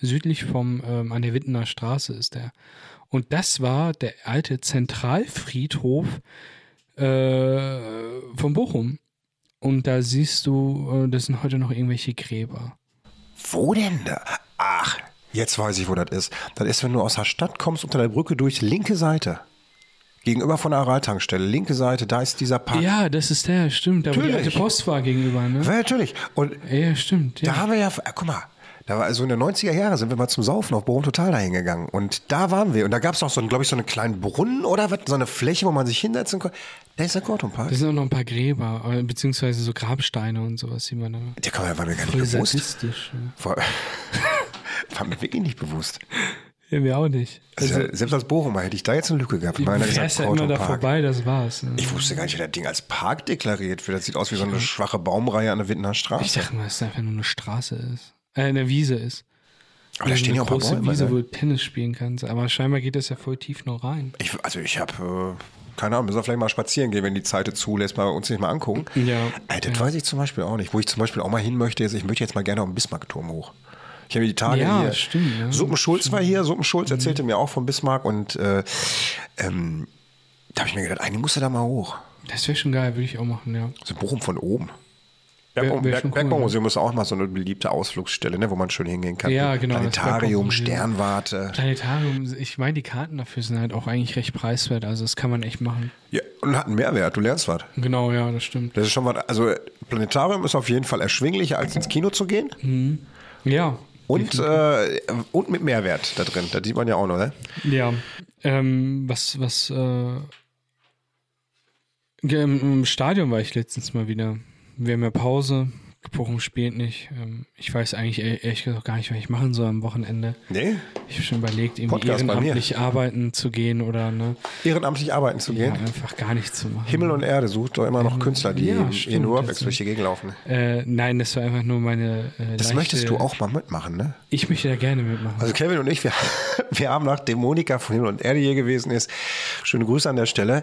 Speaker 3: Südlich vom, ähm, an der Wittener Straße ist der. Und das war der alte Zentralfriedhof äh, von Bochum. Und da siehst du, äh, das sind heute noch irgendwelche Gräber.
Speaker 2: Wo denn da? Ach, jetzt weiß ich, wo das ist. Das ist, wenn du aus der Stadt kommst, unter der Brücke durch, linke Seite. Gegenüber von der Araltankstelle, linke Seite, da ist dieser Park.
Speaker 3: Ja, das ist der, stimmt. Da wo die
Speaker 2: Natürlich.
Speaker 3: alte Post war gegenüber, ne?
Speaker 2: Ja, natürlich. Und
Speaker 3: Ja, stimmt.
Speaker 2: da
Speaker 3: Ja.
Speaker 2: haben wir ja, ah, guck mal, da war, also in den 90er Jahren sind wir mal zum Saufen auf Bochum Total dahin gegangen. Und da waren wir. Und da gab es noch so, glaube ich, so einen kleinen Brunnen oder was, so eine Fläche, wo man sich hinsetzen konnte. Da ist der Kortum Park.
Speaker 3: Da sind auch noch ein paar Gräber, äh, beziehungsweise so Grabsteine und sowas, sieht man da.
Speaker 2: Der kam mir war mir gar nicht
Speaker 3: Voll
Speaker 2: bewusst.
Speaker 3: sadistisch. ne?
Speaker 2: War, [LAUGHS] war mir wirklich nicht bewusst.
Speaker 3: Ja, mir auch nicht.
Speaker 2: Also, selbst als Bochumer hätte ich da jetzt eine Lücke gehabt.
Speaker 3: Ich
Speaker 2: Nein, da ist ein
Speaker 3: fährst ja immer da
Speaker 2: Kortum Park.
Speaker 3: vorbei, das war's. Ne?
Speaker 2: Ich wusste gar nicht, wie das Ding als Park deklariert wird. Das sieht aus wie so eine schwache Baumreihe an der Wittener
Speaker 3: Ich
Speaker 2: Straße.
Speaker 3: dachte mal, dass es einfach nur eine Straße ist. Äh, eine Wiese ist.
Speaker 2: Aber da
Speaker 3: Also
Speaker 2: stehen ja
Speaker 3: eine
Speaker 2: auch ein paar
Speaker 3: große
Speaker 2: Bäume.
Speaker 3: Wiese, wo
Speaker 2: ne?
Speaker 3: du Tennis spielen kannst. Aber scheinbar geht das ja voll tief noch rein.
Speaker 2: Ich, also ich habe, äh, keine Ahnung, müssen wir vielleicht mal spazieren gehen, wenn die Zeit es zulässt, mal uns nicht mal angucken.
Speaker 3: Ja.
Speaker 2: Äh, das weiß ich zum Beispiel auch nicht. Wo ich zum Beispiel auch mal hin möchte, ist, ich möchte jetzt mal gerne auf den Bismarckturm hoch. Ich habe mir die Tage
Speaker 3: Ja,
Speaker 2: hier.
Speaker 3: stimmt, ja. Mhm.
Speaker 2: Suppenschulz war hier, Suppenschulz erzählte mir auch von Bismarck und äh, ähm, da habe ich mir gedacht, eigentlich muss er da mal hoch.
Speaker 3: Das wäre schon geil, würde ich auch machen, ja.
Speaker 2: So Also Bochum von oben.
Speaker 3: Wär- wär
Speaker 2: Berg-
Speaker 3: schon cool,
Speaker 2: Bergbaumuseum ist auch mal so eine beliebte Ausflugsstelle, ne, wo man schön hingehen kann.
Speaker 3: Ja, genau, das
Speaker 2: Planetarium,
Speaker 3: Bergbaumuseum.
Speaker 2: Sternwarte.
Speaker 3: Planetarium, ich meine, die Karten dafür sind halt auch eigentlich recht preiswert. Also das kann man echt machen.
Speaker 2: Ja, und hat einen Mehrwert, du lernst was.
Speaker 3: Genau, ja, das stimmt.
Speaker 2: Das ist schon was. Also, äh, Planetarium ist auf jeden Fall erschwinglicher, als ins Kino zu gehen.
Speaker 3: Hm, Ja.
Speaker 2: Und, äh, und mit Mehrwert da drin. Das sieht man ja auch noch, ne?
Speaker 3: Ja. Ähm, was, was, äh, ge- im im Stadion war ich letztens mal wieder. Wir haben ja Pause. Bochum spielt nicht. Ähm, ich weiß eigentlich e- ehrlich gesagt gar nicht, was ich machen soll am Wochenende.
Speaker 2: Nee?
Speaker 3: Ich habe schon überlegt, irgendwie
Speaker 2: Podcast bei mir.
Speaker 3: ehrenamtlich arbeiten zu gehen oder ne,
Speaker 2: Ehrenamtlich arbeiten zu
Speaker 3: ja,
Speaker 2: gehen.
Speaker 3: einfach gar nichts zu machen.
Speaker 2: Himmel und Erde sucht doch immer noch Künstler, die
Speaker 3: ja,
Speaker 2: in
Speaker 3: stimmt,
Speaker 2: ihren Workbacks
Speaker 3: das-
Speaker 2: durch die Gegend laufen.
Speaker 3: äh, nein, das war einfach nur meine. Äh,
Speaker 2: Das
Speaker 3: leichte-
Speaker 2: möchtest du auch mal mitmachen, ne?
Speaker 3: Ich möchte da gerne mitmachen.
Speaker 2: Also Kevin und ich, wir, [LAUGHS] wir haben nachdem Monika von Himmel und Erde hier gewesen ist, schöne Grüße an der Stelle,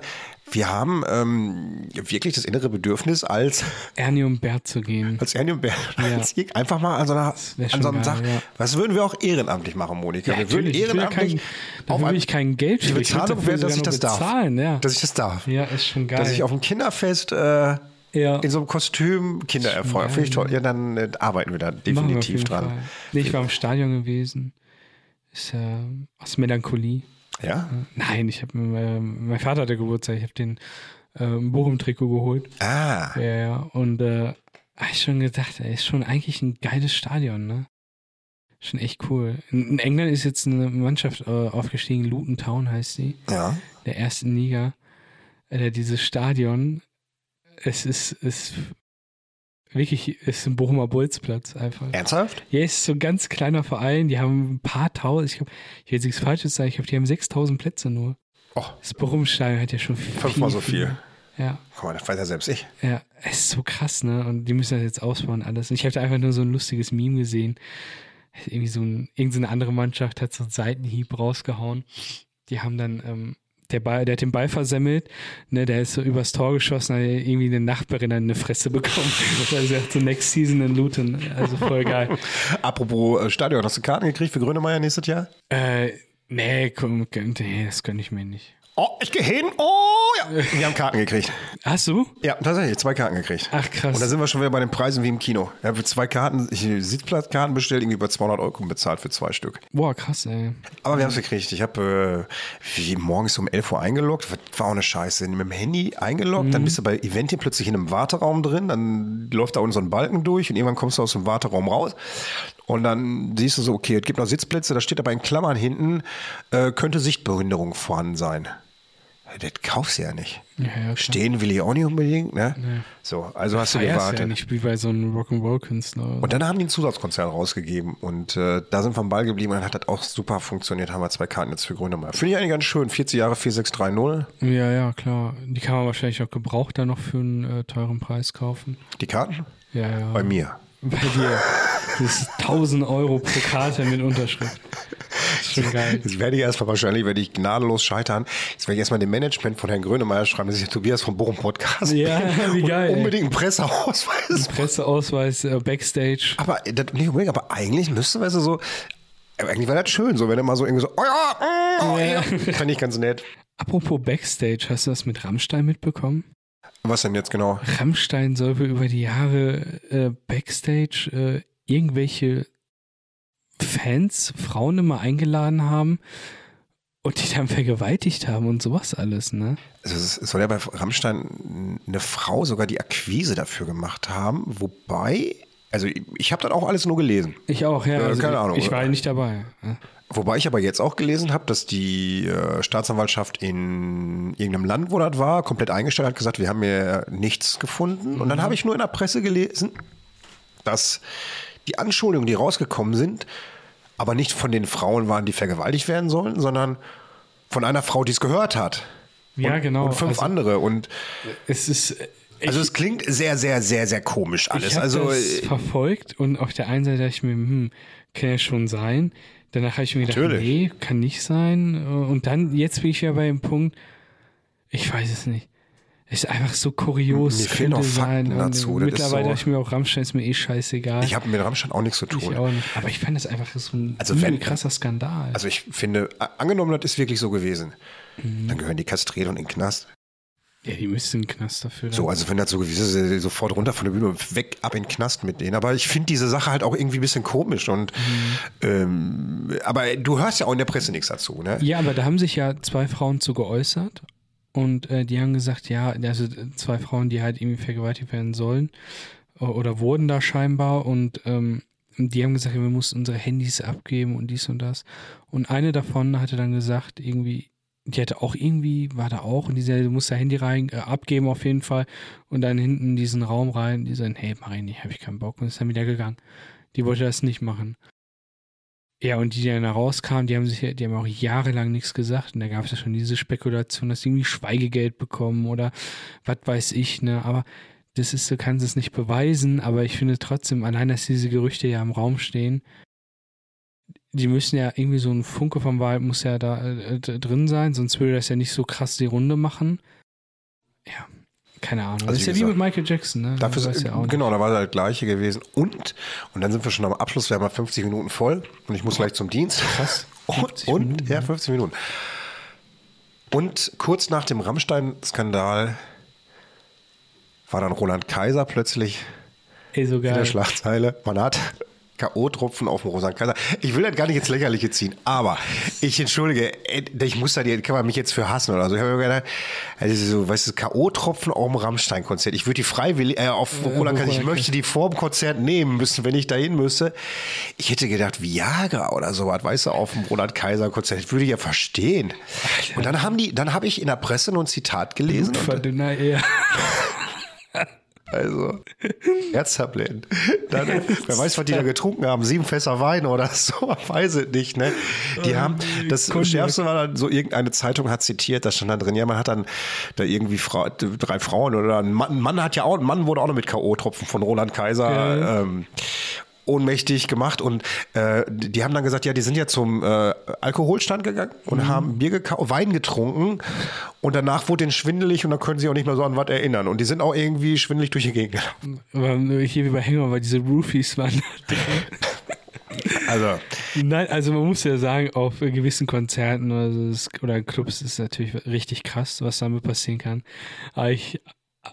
Speaker 2: wir haben ähm, wirklich das innere Bedürfnis, als, [LAUGHS]
Speaker 3: Ernie und Bert zu gehen.
Speaker 2: als Ernie und Bernd [LAUGHS] als Sieg einfach mal an so, einer,
Speaker 3: wär
Speaker 2: an so einem
Speaker 3: schon
Speaker 2: Tag,
Speaker 3: geil, ja.
Speaker 2: was würden wir auch ehrenamtlich machen, Monika? wir würden
Speaker 3: natürlich. Ich will ja
Speaker 2: ehrenamtlich
Speaker 3: kein-
Speaker 2: auf
Speaker 3: dafür will
Speaker 2: ein-
Speaker 3: ich kein Geld
Speaker 2: die
Speaker 3: für. Ich will
Speaker 2: Bezahlung
Speaker 3: dafür
Speaker 2: wäre, dass
Speaker 3: sogar
Speaker 2: ich das
Speaker 3: noch
Speaker 2: darf.
Speaker 3: bezahlen, ja.
Speaker 2: Dass ich das darf.
Speaker 3: Ja, ist schon geil.
Speaker 2: Dass ich auf dem Kinderfest äh,
Speaker 3: Ja.
Speaker 2: in so einem Kostüm Kinder erfreue. Finde ich toll. Ja, dann äh, arbeiten wir da
Speaker 3: Machen wir auf
Speaker 2: definitiv
Speaker 3: jeden
Speaker 2: dran.
Speaker 3: Fall. Nee, ich war im Stadion gewesen. Ist äh, aus Melancholie.
Speaker 2: Ja?
Speaker 3: Nein, ich habe äh, mein Vater hatte Geburtstag. Ich habe den äh, ein Bochum-Trikot geholt.
Speaker 2: Ah.
Speaker 3: Ja, ja. Und äh, hab ich schon gedacht, ey, ist schon eigentlich ein geiles Stadion, ne? Schon echt cool. In, in England ist jetzt eine Mannschaft äh, aufgestiegen. Luton Town heißt sie.
Speaker 2: Ja.
Speaker 3: der ersten Liga, Alter, dieses Stadion, es ist, es wirklich, es ist ein Bochumer Bolzplatz einfach. Ja.
Speaker 2: Ernsthaft?
Speaker 3: Hier ist so ein ganz kleiner Verein, die haben ein paar tausend, ich glaube, ich will jetzt nichts Falsches sagen, ich glaube, die haben 6000 Plätze nur.
Speaker 2: Oh.
Speaker 3: Das Bochum-Stadion hat ja schon viel,
Speaker 2: Fünfmal so viel.
Speaker 3: Ja,
Speaker 2: Guck mal, das weiß ja selbst ich.
Speaker 3: ja, es ist so krass, ne? Und die müssen das jetzt ausbauen, alles. Und ich habe da einfach nur so ein lustiges Meme gesehen. Irgendwie so ein, irgendeine andere Mannschaft hat so einen Seitenhieb rausgehauen. Die haben dann ähm, der, Ball, der hat den Ball versemmelt, ne, der ist so übers Tor geschossen, hat irgendwie eine Nachbarin dann eine Fresse bekommen. [LAUGHS] also er hat so Next Season in Luton, also
Speaker 2: [LAUGHS]
Speaker 3: voll geil.
Speaker 2: Apropos äh, Stadion, hast du Karten gekriegt für Grönemeyer nächstes Jahr?
Speaker 3: äh, nee, komm, nee, das gönn ich mir nicht.
Speaker 2: Oh, ich gehe hin. Oh, ja. [LAUGHS] Wir haben Karten gekriegt.
Speaker 3: Hast du?
Speaker 2: Ja, tatsächlich, zwei Karten gekriegt.
Speaker 3: Ach, krass.
Speaker 2: Und da sind wir schon wieder bei den Preisen wie im Kino. Ich habe zwei Karten, ich habe Sitzplatzkarten bestellt, irgendwie bei 200 Euro bezahlt für zwei Stück.
Speaker 3: Boah, krass, ey.
Speaker 2: Aber wir haben es gekriegt. Ich habe äh, wie morgens um 11 Uhr eingeloggt. War auch eine Scheiße. Mit dem Handy eingeloggt, dann bist du bei Eventim plötzlich in einem Warteraum drin. Dann läuft da unten so ein Balken durch und irgendwann kommst du aus dem Warteraum raus. Und dann siehst du so, okay, es gibt noch Sitzplätze. Da steht aber in Klammern hinten, äh, könnte Sichtbehinderung vorhanden sein. Äh, Das kaufst du ja nicht. Stehen will ich auch nicht unbedingt. Ne? So, also hast du
Speaker 3: Feierst
Speaker 2: gewartet.
Speaker 3: Ah, ja nicht, wie bei so einem Rock'n'Roll-Künstler.
Speaker 2: Und dann haben die einen Zusatzkonzern rausgegeben und äh, da sind wir am Ball geblieben und dann hat das auch super funktioniert, haben wir zwei Karten jetzt für Grönemeyer. Finde ich eigentlich ganz schön. 40 Jahre 4630.
Speaker 3: Ja, ja, klar. Die kann man wahrscheinlich auch gebraucht dann noch für einen äh, teuren Preis kaufen.
Speaker 2: Die Karten?
Speaker 3: Ja, ja.
Speaker 2: Bei mir.
Speaker 3: Bei dir. Das ist 1000 Euro pro Karte mit Unterschrift. Schon geil.
Speaker 2: Jetzt werde ich erstmal wahrscheinlich, werde ich gnadenlos scheitern. Jetzt werde ich erstmal dem Management von Herrn Grönemeyer schreiben, dass ich Tobias vom Bochum Podcast
Speaker 3: Ja,
Speaker 2: bin [LAUGHS]
Speaker 3: wie
Speaker 2: und
Speaker 3: geil, ey.
Speaker 2: unbedingt einen Presseausweis.
Speaker 3: Presseausweis, äh, Backstage.
Speaker 2: Aber, das, nee, Moment, aber eigentlich müsste, weißt du, so, aber eigentlich wäre das schön, so, wenn er mal so irgendwie so, oh ja, mm, oh ja. Fand ich ganz nett.
Speaker 3: Apropos Backstage, hast du das mit Rammstein mitbekommen?
Speaker 2: Was denn jetzt genau?
Speaker 3: Rammstein soll wohl über die Jahre äh, Backstage äh, irgendwelche Fans, Frauen immer eingeladen haben und die dann vergewaltigt haben und sowas alles, ne?
Speaker 2: Also es es soll ja bei Rammstein eine Frau sogar die Akquise dafür gemacht haben, wobei, also ich, ich habe dann auch alles nur gelesen.
Speaker 3: Ich auch, ja. Also
Speaker 2: Ja, Äh, keine Ahnung,
Speaker 3: Ich, ich
Speaker 2: oder?
Speaker 3: war ja nicht dabei. ja.
Speaker 2: Wobei ich aber jetzt auch gelesen habe, dass die äh, Staatsanwaltschaft in irgendeinem Land, wo das war, komplett eingestellt hat, gesagt, wir haben hier nichts gefunden. Und
Speaker 3: Mhm.
Speaker 2: dann habe ich nur in der Presse gelesen, dass die Anschuldigungen, die rausgekommen sind, aber nicht von den Frauen waren, die vergewaltigt werden sollen, sondern von einer Frau, die es gehört hat.
Speaker 3: Ja,
Speaker 2: und,
Speaker 3: genau.
Speaker 2: Und fünf
Speaker 3: Also-
Speaker 2: andere. Und
Speaker 3: Es ist. äh, Ich,
Speaker 2: Also es klingt sehr, sehr, sehr, sehr komisch alles.
Speaker 3: ich hab
Speaker 2: Also
Speaker 3: das
Speaker 2: äh,
Speaker 3: verfolgt und auf der einen Seite dachte ich mir, hm, kann ja schon sein. Danach habe ich mir gedacht,
Speaker 2: Natürlich.
Speaker 3: nee, kann nicht sein. Und dann, jetzt bin ich ja bei dem Punkt, ich weiß es nicht. Ist einfach so kurios.
Speaker 2: Mir fehlen
Speaker 3: könnte
Speaker 2: auch Fakten
Speaker 3: sein.
Speaker 2: dazu,
Speaker 3: Und
Speaker 2: das ist
Speaker 3: mittlerweile
Speaker 2: so-
Speaker 3: dachte ich mir auch, Rammstein ist mir eh scheißegal.
Speaker 2: ich habe mit Rammstein auch nichts zu
Speaker 3: ich
Speaker 2: tun.
Speaker 3: auch nicht. Aber ich fand das einfach so ein
Speaker 2: Also wenn-
Speaker 3: übel krasser Skandal.
Speaker 2: Also ich finde, a- angenommen, das ist wirklich so gewesen,
Speaker 3: Mhm.
Speaker 2: dann gehören die kastriert und in den Knast.
Speaker 3: ja, die müssten einen Knast dafür.
Speaker 2: So, also wenn das so gewesen ist, äh, sofort runter von der Bühne und weg ab in den Knast mit denen. Aber ich finde diese Sache halt auch irgendwie ein bisschen komisch und
Speaker 3: Mhm.
Speaker 2: ähm, aber du hörst ja auch in der Presse nichts dazu, ne?
Speaker 3: Ja, aber da haben sich ja zwei Frauen zu geäußert und äh, die haben gesagt, ja, also äh, zwei Frauen, die halt irgendwie vergewaltigt werden sollen o- oder wurden da scheinbar und ähm, die haben gesagt, wir mussten unsere Handys abgeben und dies und das. Und eine davon hatte dann gesagt, irgendwie, die hatte auch irgendwie, war da auch und die sagte, du musst dein Handy rein, äh, abgeben auf jeden Fall und dann hinten in diesen Raum rein, die sagen, hey, mach ich nicht, hab ich keinen Bock und ist dann wieder gegangen. Die wollte das nicht machen. Ja, und die, die dann da rauskamen, die haben sich, ja- die haben auch jahrelang nichts gesagt. Und da gab es ja schon diese Spekulation, dass die irgendwie Schweigegeld bekommen oder was weiß ich, ne? Aber das ist, du kannst es nicht beweisen, aber ich finde trotzdem, allein, dass diese Gerüchte ja im Raum stehen, die müssen ja irgendwie so ein Funke vom Wahrheit muss ja da äh, d- drin sein, sonst würde das ja nicht so krass die Runde machen. Ja, keine Ahnung. das
Speaker 2: Also wie
Speaker 3: ist ja wie
Speaker 2: gesagt,
Speaker 3: mit Michael Jackson, ne?
Speaker 2: Dafür
Speaker 3: Das
Speaker 2: ist,
Speaker 3: ist ja auch nicht.
Speaker 2: genau, da war das gleiche gewesen. Und, und dann sind wir schon am Abschluss, wir haben mal 50 Minuten voll und ich muss gleich zum Dienst. Krass. [LAUGHS] Und,
Speaker 3: 50
Speaker 2: und
Speaker 3: Minuten, ne?
Speaker 2: ja,
Speaker 3: ja.
Speaker 2: 50 Minuten. Und kurz nach dem Rammstein-Skandal war dann Roland Kaiser plötzlich
Speaker 3: Ey, so
Speaker 2: in der
Speaker 3: geil.
Speaker 2: Schlagzeile. Man hat [LAUGHS] K.O.-Tropfen auf dem Roland Kaiser. Ich will das gar nicht ins Lächerliche ziehen, aber ich entschuldige, äh, ich muss da, die- kann man mich jetzt für hassen oder so. Ich habe mir gedacht, also so, weißt du, K.O.-Tropfen auf dem Rammstein-Konzert. Ich würde die freiwillig, äh, auf Roland Kaiser, ich
Speaker 3: Roland
Speaker 2: möchte die vor dem Konzert nehmen müssen, wenn ich dahin müsste. Ich hätte gedacht, Viagra oder sowas, weißt du, auf dem Roland Kaiser-Konzert. Das würde ich ja verstehen. Und dann haben die, dann habe ich in der Presse nur ein Zitat gelesen. Und,
Speaker 3: Verdünner eher.
Speaker 2: also, Herztabletten. Dann, wer weiß, was die da getrunken haben. Sieben Fässer Wein oder [LAUGHS] so, man weiß es nicht. Ne? Die haben, das Schärfste war dann so, irgendeine Zeitung hat zitiert, da stand dann drin, ja, man hat dann da irgendwie Fra drei Frauen oder ein Mann, ein Mann hat ja auch, ein Mann wurde auch noch mit K.O.-Tropfen von Roland Kaiser ähm, ohnmächtig gemacht und äh, die haben dann gesagt, ja, die sind ja zum äh, Alkoholstand gegangen und haben Bier gekauft, Wein getrunken und danach wurde denen schwindelig und dann können sie auch nicht mehr so an was erinnern und die sind auch irgendwie schwindelig durch die Gegend. gelaufen.
Speaker 3: Aber hier wie bei Hangover, diese Roofies waren da
Speaker 2: Also
Speaker 3: Nein, also man muss ja sagen, auf äh, gewissen Konzerten oder, so, es- oder Clubs ist natürlich richtig krass, was damit passieren kann. Aber ich,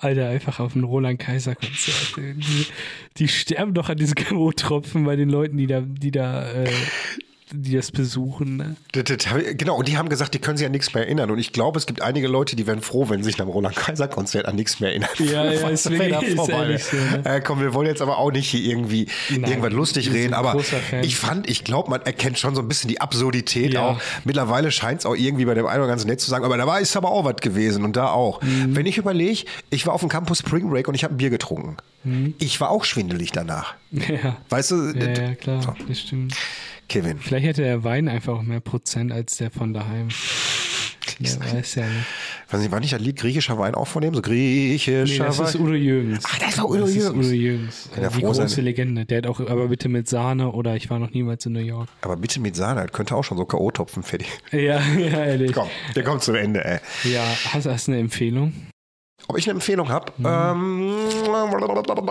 Speaker 3: Alter, einfach auf ein Roland-Kaiser-Konzert. äh, Die, die sterben doch an diesen K.O.-Tropfen bei den Leuten, die da, die da, äh, die das besuchen. Ne?
Speaker 2: Das, das, hab ich- genau, und die haben gesagt, die können sich an nichts mehr erinnern. Und ich glaube, es gibt einige Leute, die wären froh, wenn sie sich nach dem Roland-Kaiser-Konzert an nichts mehr erinnern.
Speaker 3: Ja,
Speaker 2: [LAUGHS]
Speaker 3: ja,
Speaker 2: Falls
Speaker 3: ist wirklich-
Speaker 2: Fehler
Speaker 3: ist
Speaker 2: vorbei
Speaker 3: ehrlich so, ne?
Speaker 2: äh, komm, wir wollen jetzt aber auch nicht hier irgendwie
Speaker 3: Nein,
Speaker 2: irgendwas lustig
Speaker 3: wir sind
Speaker 2: reden. Aber
Speaker 3: großer Fan.
Speaker 2: ich fand, ich glaube, man erkennt schon so ein bisschen die Absurdität
Speaker 3: Ja.
Speaker 2: auch. Mittlerweile scheint es auch irgendwie bei dem einen oder ganz nett zu sagen, aber da war ist aber auch was gewesen und da auch.
Speaker 3: Mhm.
Speaker 2: Wenn ich überlege, ich war auf dem Campus Spring Break und ich habe ein Bier getrunken. Ich war auch schwindelig danach.
Speaker 3: Ja.
Speaker 2: Weißt du,
Speaker 3: Mhm. Ja,
Speaker 2: das-
Speaker 3: ja, klar, das stimmt.
Speaker 2: Kevin.
Speaker 3: Vielleicht hätte der Wein einfach auch mehr Prozent als der von daheim. Der weiß ja nicht.
Speaker 2: Weiß nicht, war nicht das Lied griechischer Wein auch von dem? So griechischer
Speaker 3: Nee, das
Speaker 2: Wein.
Speaker 3: ist Udo Jürgens.
Speaker 2: Ach, das war Udo
Speaker 3: Das ist
Speaker 2: Jürgens.
Speaker 3: Udo Jürgens.
Speaker 2: Kann ja
Speaker 3: die
Speaker 2: froh sein.
Speaker 3: große Legende. Der hat auch, aber bitte mit Sahne oder ich war noch niemals in New York.
Speaker 2: Aber bitte mit Sahne, das könnte auch schon so K.O.-Topfen fertig.
Speaker 3: Ja, [LAUGHS] ja ehrlich.
Speaker 2: Komm, der kommt zum Ende, ey.
Speaker 3: Ja, hast, hast du eine Empfehlung?
Speaker 2: Ob ich eine Empfehlung habe?
Speaker 3: Mhm.
Speaker 2: Ähm,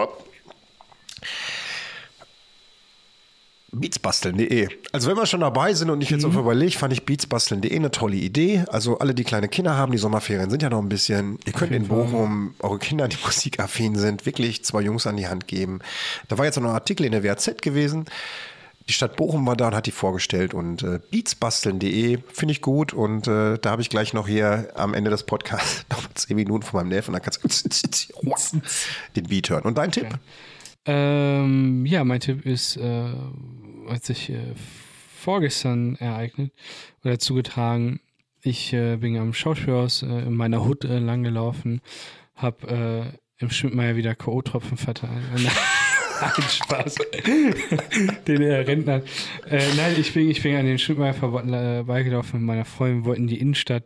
Speaker 2: Beatsbasteln.de. Also wenn wir schon dabei sind und ich jetzt mhm. überlege, fand ich Beatsbasteln.de eine tolle Idee. Also alle, die kleine Kinder haben, die Sommerferien sind ja noch ein bisschen. Ihr könnt in Bochum eure Kinder, die [LAUGHS] musikaffin sind, wirklich zwei Jungs an die Hand geben. Da war jetzt noch ein Artikel in der WAZ gewesen. Die Stadt Bochum war da und hat die vorgestellt und äh, beatsbasteln.de finde ich gut und äh, da habe ich gleich noch hier am Ende des Podcasts [LAUGHS] noch mal zehn Minuten von meinem Neffen, dann kannst du den Beat hören. Und dein Tipp?
Speaker 3: Ähm, ja, mein Tipp ist, äh, hat sich äh, vorgestern ereignet oder zugetragen. Ich äh, bin am Schauspielhaus äh, in meiner Hut äh, langgelaufen, hab äh, im Schmidtmeier wieder K.O.-Tropfen verteilt. [LAUGHS] Nein, Spaß. [LAUGHS] den äh, Rentner. Äh, nein, ich bin, ich bin an den Schmidtmeier äh, vorbeigelaufen mit meiner Freundin, wollten die Innenstadt.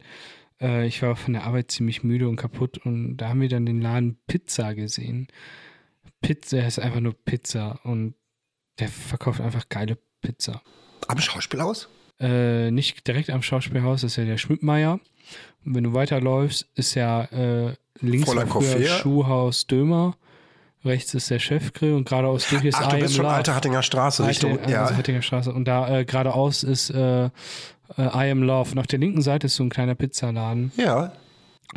Speaker 3: Äh, ich war von der Arbeit ziemlich müde und kaputt und da haben wir dann den Laden Pizza gesehen. Pizza ist einfach nur Pizza und der verkauft einfach geile Pizza.
Speaker 2: Am Schauspielhaus?
Speaker 3: Äh, nicht direkt am Schauspielhaus, das ist ja der Schmidtmeier. Und wenn du weiterläufst, ist ja äh, links
Speaker 2: Fräulein
Speaker 3: war früher
Speaker 2: Koffer.
Speaker 3: Schuhhaus Dömer, rechts ist der Chefgrill und geradeaus durch ist
Speaker 2: Ach, du
Speaker 3: I
Speaker 2: bist
Speaker 3: Am
Speaker 2: schon
Speaker 3: Love.
Speaker 2: alte Hattinger Straße Richtung.
Speaker 3: Alte,
Speaker 2: ja.
Speaker 3: also Hattinger Straße. Und da äh, geradeaus ist äh, äh, I Am Love. Und auf der linken Seite ist so ein kleiner Pizzaladen.
Speaker 2: ja.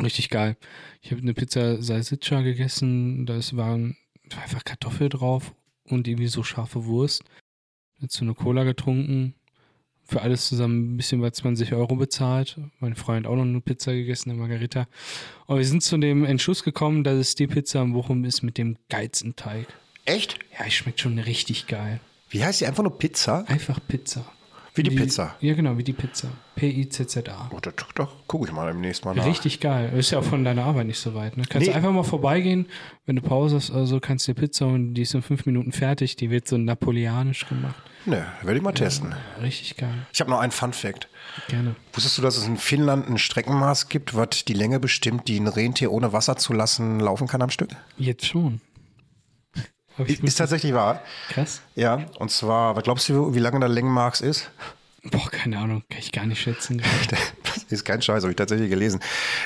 Speaker 3: Richtig geil. Ich habe eine Pizza Salsiccia gegessen. Da ist- waren war einfach Kartoffel drauf und irgendwie so scharfe Wurst. Dazu eine Cola getrunken. Für alles zusammen ein bisschen bei 20 Euro bezahlt. Mein Freund auch noch eine Pizza gegessen, eine Margarita. Und wir sind zu dem Entschluss gekommen, dass es die Pizza in Bochum ist mit dem geilsten Teig.
Speaker 2: Echt?
Speaker 3: Ja, die schmeckt schon richtig geil.
Speaker 2: Wie heißt die? Einfach nur Pizza?
Speaker 3: Einfach Pizza.
Speaker 2: Wie die Pizza.
Speaker 3: Ja, genau, wie die Pizza. P-I-Z-Z-A.
Speaker 2: Oh, das, doch, gucke ich mal im nächsten Mal nach.
Speaker 3: Richtig geil. Ist ja auch von deiner Arbeit nicht so weit. Ne? Kannst
Speaker 2: Genau. Nee.
Speaker 3: einfach mal vorbeigehen, wenn du Pause hast, also kannst dir Pizza und die ist in fünf Minuten fertig. Die wird so napoleonisch gemacht.
Speaker 2: Ne, werde ich mal testen.
Speaker 3: Richtig geil.
Speaker 2: Ich habe noch einen Fun Fact.
Speaker 3: Gerne.
Speaker 2: Wusstest du, dass es in Finnland ein Streckenmaß gibt, was die Länge bestimmt, die ein Rentier ohne Wasser zu lassen laufen kann am Stück?
Speaker 3: Jetzt schon. Hab ich
Speaker 2: Ist tatsächlich wahr.
Speaker 3: krass.
Speaker 2: Ja, und zwar, was glaubst du, wie lange der Längenmaß ist? [LAUGHS]
Speaker 3: Boah, keine Ahnung. Kann ich gar nicht schätzen.
Speaker 2: Das ist kein Scheiß, habe ich tatsächlich gelesen.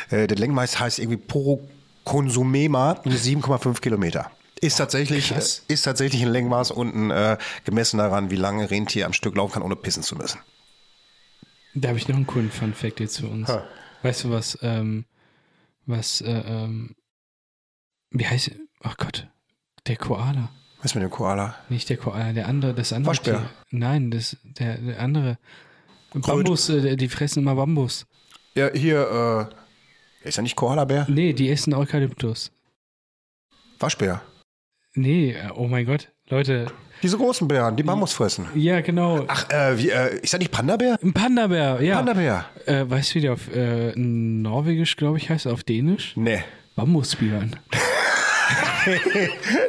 Speaker 2: Äh, der Längenmaß heißt irgendwie Poroconsumema, 7,5 Kilometer. Ist tatsächlich, äh,
Speaker 3: krass.
Speaker 2: ist tatsächlich ein Längenmaß und ein, äh, gemessen daran, wie lange ein Rentier am Stück laufen kann, ohne pissen zu müssen.
Speaker 3: Da habe ich noch einen coolen Fun-Fact jetzt für uns.
Speaker 2: Ha.
Speaker 3: Weißt du, was, ähm, was, äh, ähm, wie heißt, ach Gott, der Koala.
Speaker 2: Was ist mit dem Koala?
Speaker 3: Nicht der Koala, der andere, das andere.
Speaker 2: Waschbär.
Speaker 3: Tier. Nein, das, der, der andere. Bambus, äh, die fressen immer Bambus.
Speaker 2: Ja, hier, äh, ist ja nicht Koalabär?
Speaker 3: Nee, die essen Eukalyptus.
Speaker 2: Waschbär.
Speaker 3: Nee, äh, oh mein Gott, Leute.
Speaker 2: Diese großen Bären, die Bambus fressen.
Speaker 3: Ja, genau.
Speaker 2: Ach, äh, wie, äh, ist das nicht Panda-Bär?
Speaker 3: Ein Panda-Bär, ja.
Speaker 2: Panda-Bär.
Speaker 3: Äh, weißt du, wie der auf äh, Norwegisch, glaube ich, heißt? Auf Dänisch?
Speaker 2: Nee. [LAUGHS]
Speaker 3: Bambusbjörn.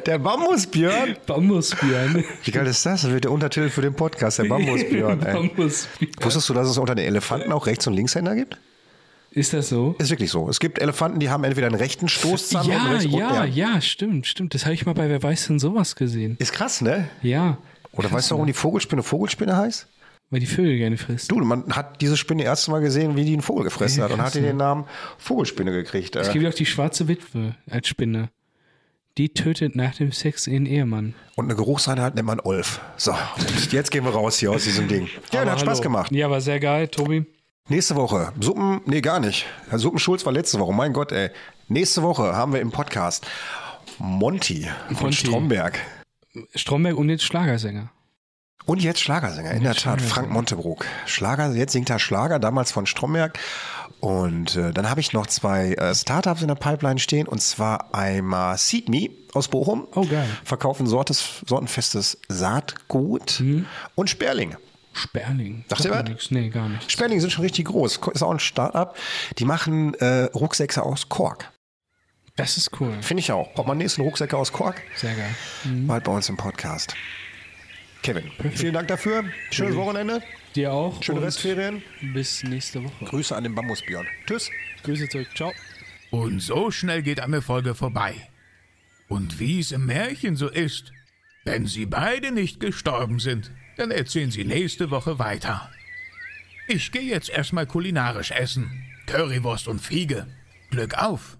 Speaker 2: Der Bambusbjörn?
Speaker 3: Bambusbjörn.
Speaker 2: Wie geil ist das? Das wird der Untertitel für den Podcast, der
Speaker 3: [LAUGHS]
Speaker 2: Bambusbjörn. Ey.
Speaker 3: Bambusbjörn.
Speaker 2: Wusstest du, dass es unter den Elefanten auch Rechts- und Linkshänder gibt?
Speaker 3: Ist das so?
Speaker 2: Ist wirklich so. Es gibt Elefanten, die haben entweder einen rechten Stoßzahn und
Speaker 3: Ja,
Speaker 2: rechts
Speaker 3: ja,
Speaker 2: unten.
Speaker 3: ja, stimmt, stimmt. Das habe ich mal bei Wer weiß denn sowas gesehen.
Speaker 2: Ist krass, ne?
Speaker 3: Ja,
Speaker 2: Oder weißt du, warum die Vogelspinne Vogelspinne heißt?
Speaker 3: Weil die Vögel gerne frisst.
Speaker 2: Du, man hat diese Spinne erst mal gesehen, wie die einen Vogel gefressen hat und hat die den Namen Vogelspinne gekriegt.
Speaker 3: ne? Es
Speaker 2: Äh,
Speaker 3: gibt auch die schwarze Witwe als Spinne. Die tötet nach dem Sex ihren Ehemann.
Speaker 2: und eine Geruchseinheit nennt man Olf. So, und jetzt gehen wir raus hier aus diesem Ding. Ja,
Speaker 3: Aber
Speaker 2: hat Spaß
Speaker 3: hallo.
Speaker 2: gemacht.
Speaker 3: Ja, war sehr geil, Tobi.
Speaker 2: Nächste Woche, Suppen, nee, gar nicht. Herr Suppenschulz war letzte Woche, mein Gott, ey. Nächste Woche haben wir im Podcast Monty von
Speaker 3: Monty.
Speaker 2: Stromberg.
Speaker 3: Stromberg und jetzt Schlagersänger.
Speaker 2: Und jetzt Schlagersänger, in der Tat, Frank Montebrook. Schlager, jetzt singt er Schlager, damals von Stromberg. Und äh, dann habe ich noch zwei äh, Startups in der Pipeline stehen, und zwar einmal Seed Me aus Bochum.
Speaker 3: Oh, geil.
Speaker 2: Verkaufen sortes, sortenfestes Saatgut
Speaker 3: Mhm.
Speaker 2: und Sperling.
Speaker 3: Sperling.
Speaker 2: Sagt ihr
Speaker 3: Sagt mir
Speaker 2: was?
Speaker 3: nix. Nee, gar nicht.
Speaker 2: Sperling sind schon richtig groß, ist auch ein Startup. Die machen äh, Rucksäcke aus Kork.
Speaker 3: Das ist cool.
Speaker 2: Finde ich auch. Portemonnaies und Rucksäcke aus Kork.
Speaker 3: Sehr geil.
Speaker 2: Bald bei uns im Podcast. Kevin, vielen Dank dafür. Schönes Wochenende,
Speaker 3: Dir auch.
Speaker 2: schöne
Speaker 3: und
Speaker 2: Restferien.
Speaker 3: Bis nächste Woche.
Speaker 2: Grüße an den Bambusbjörn. Tschüss.
Speaker 3: Grüße zurück. Ciao.
Speaker 1: Und so schnell geht eine Folge vorbei. Und wie es im Märchen so ist, wenn sie beide nicht gestorben sind, dann erzählen sie nächste Woche weiter. Ich gehe jetzt erstmal kulinarisch essen. Currywurst und Fiege. Glück auf!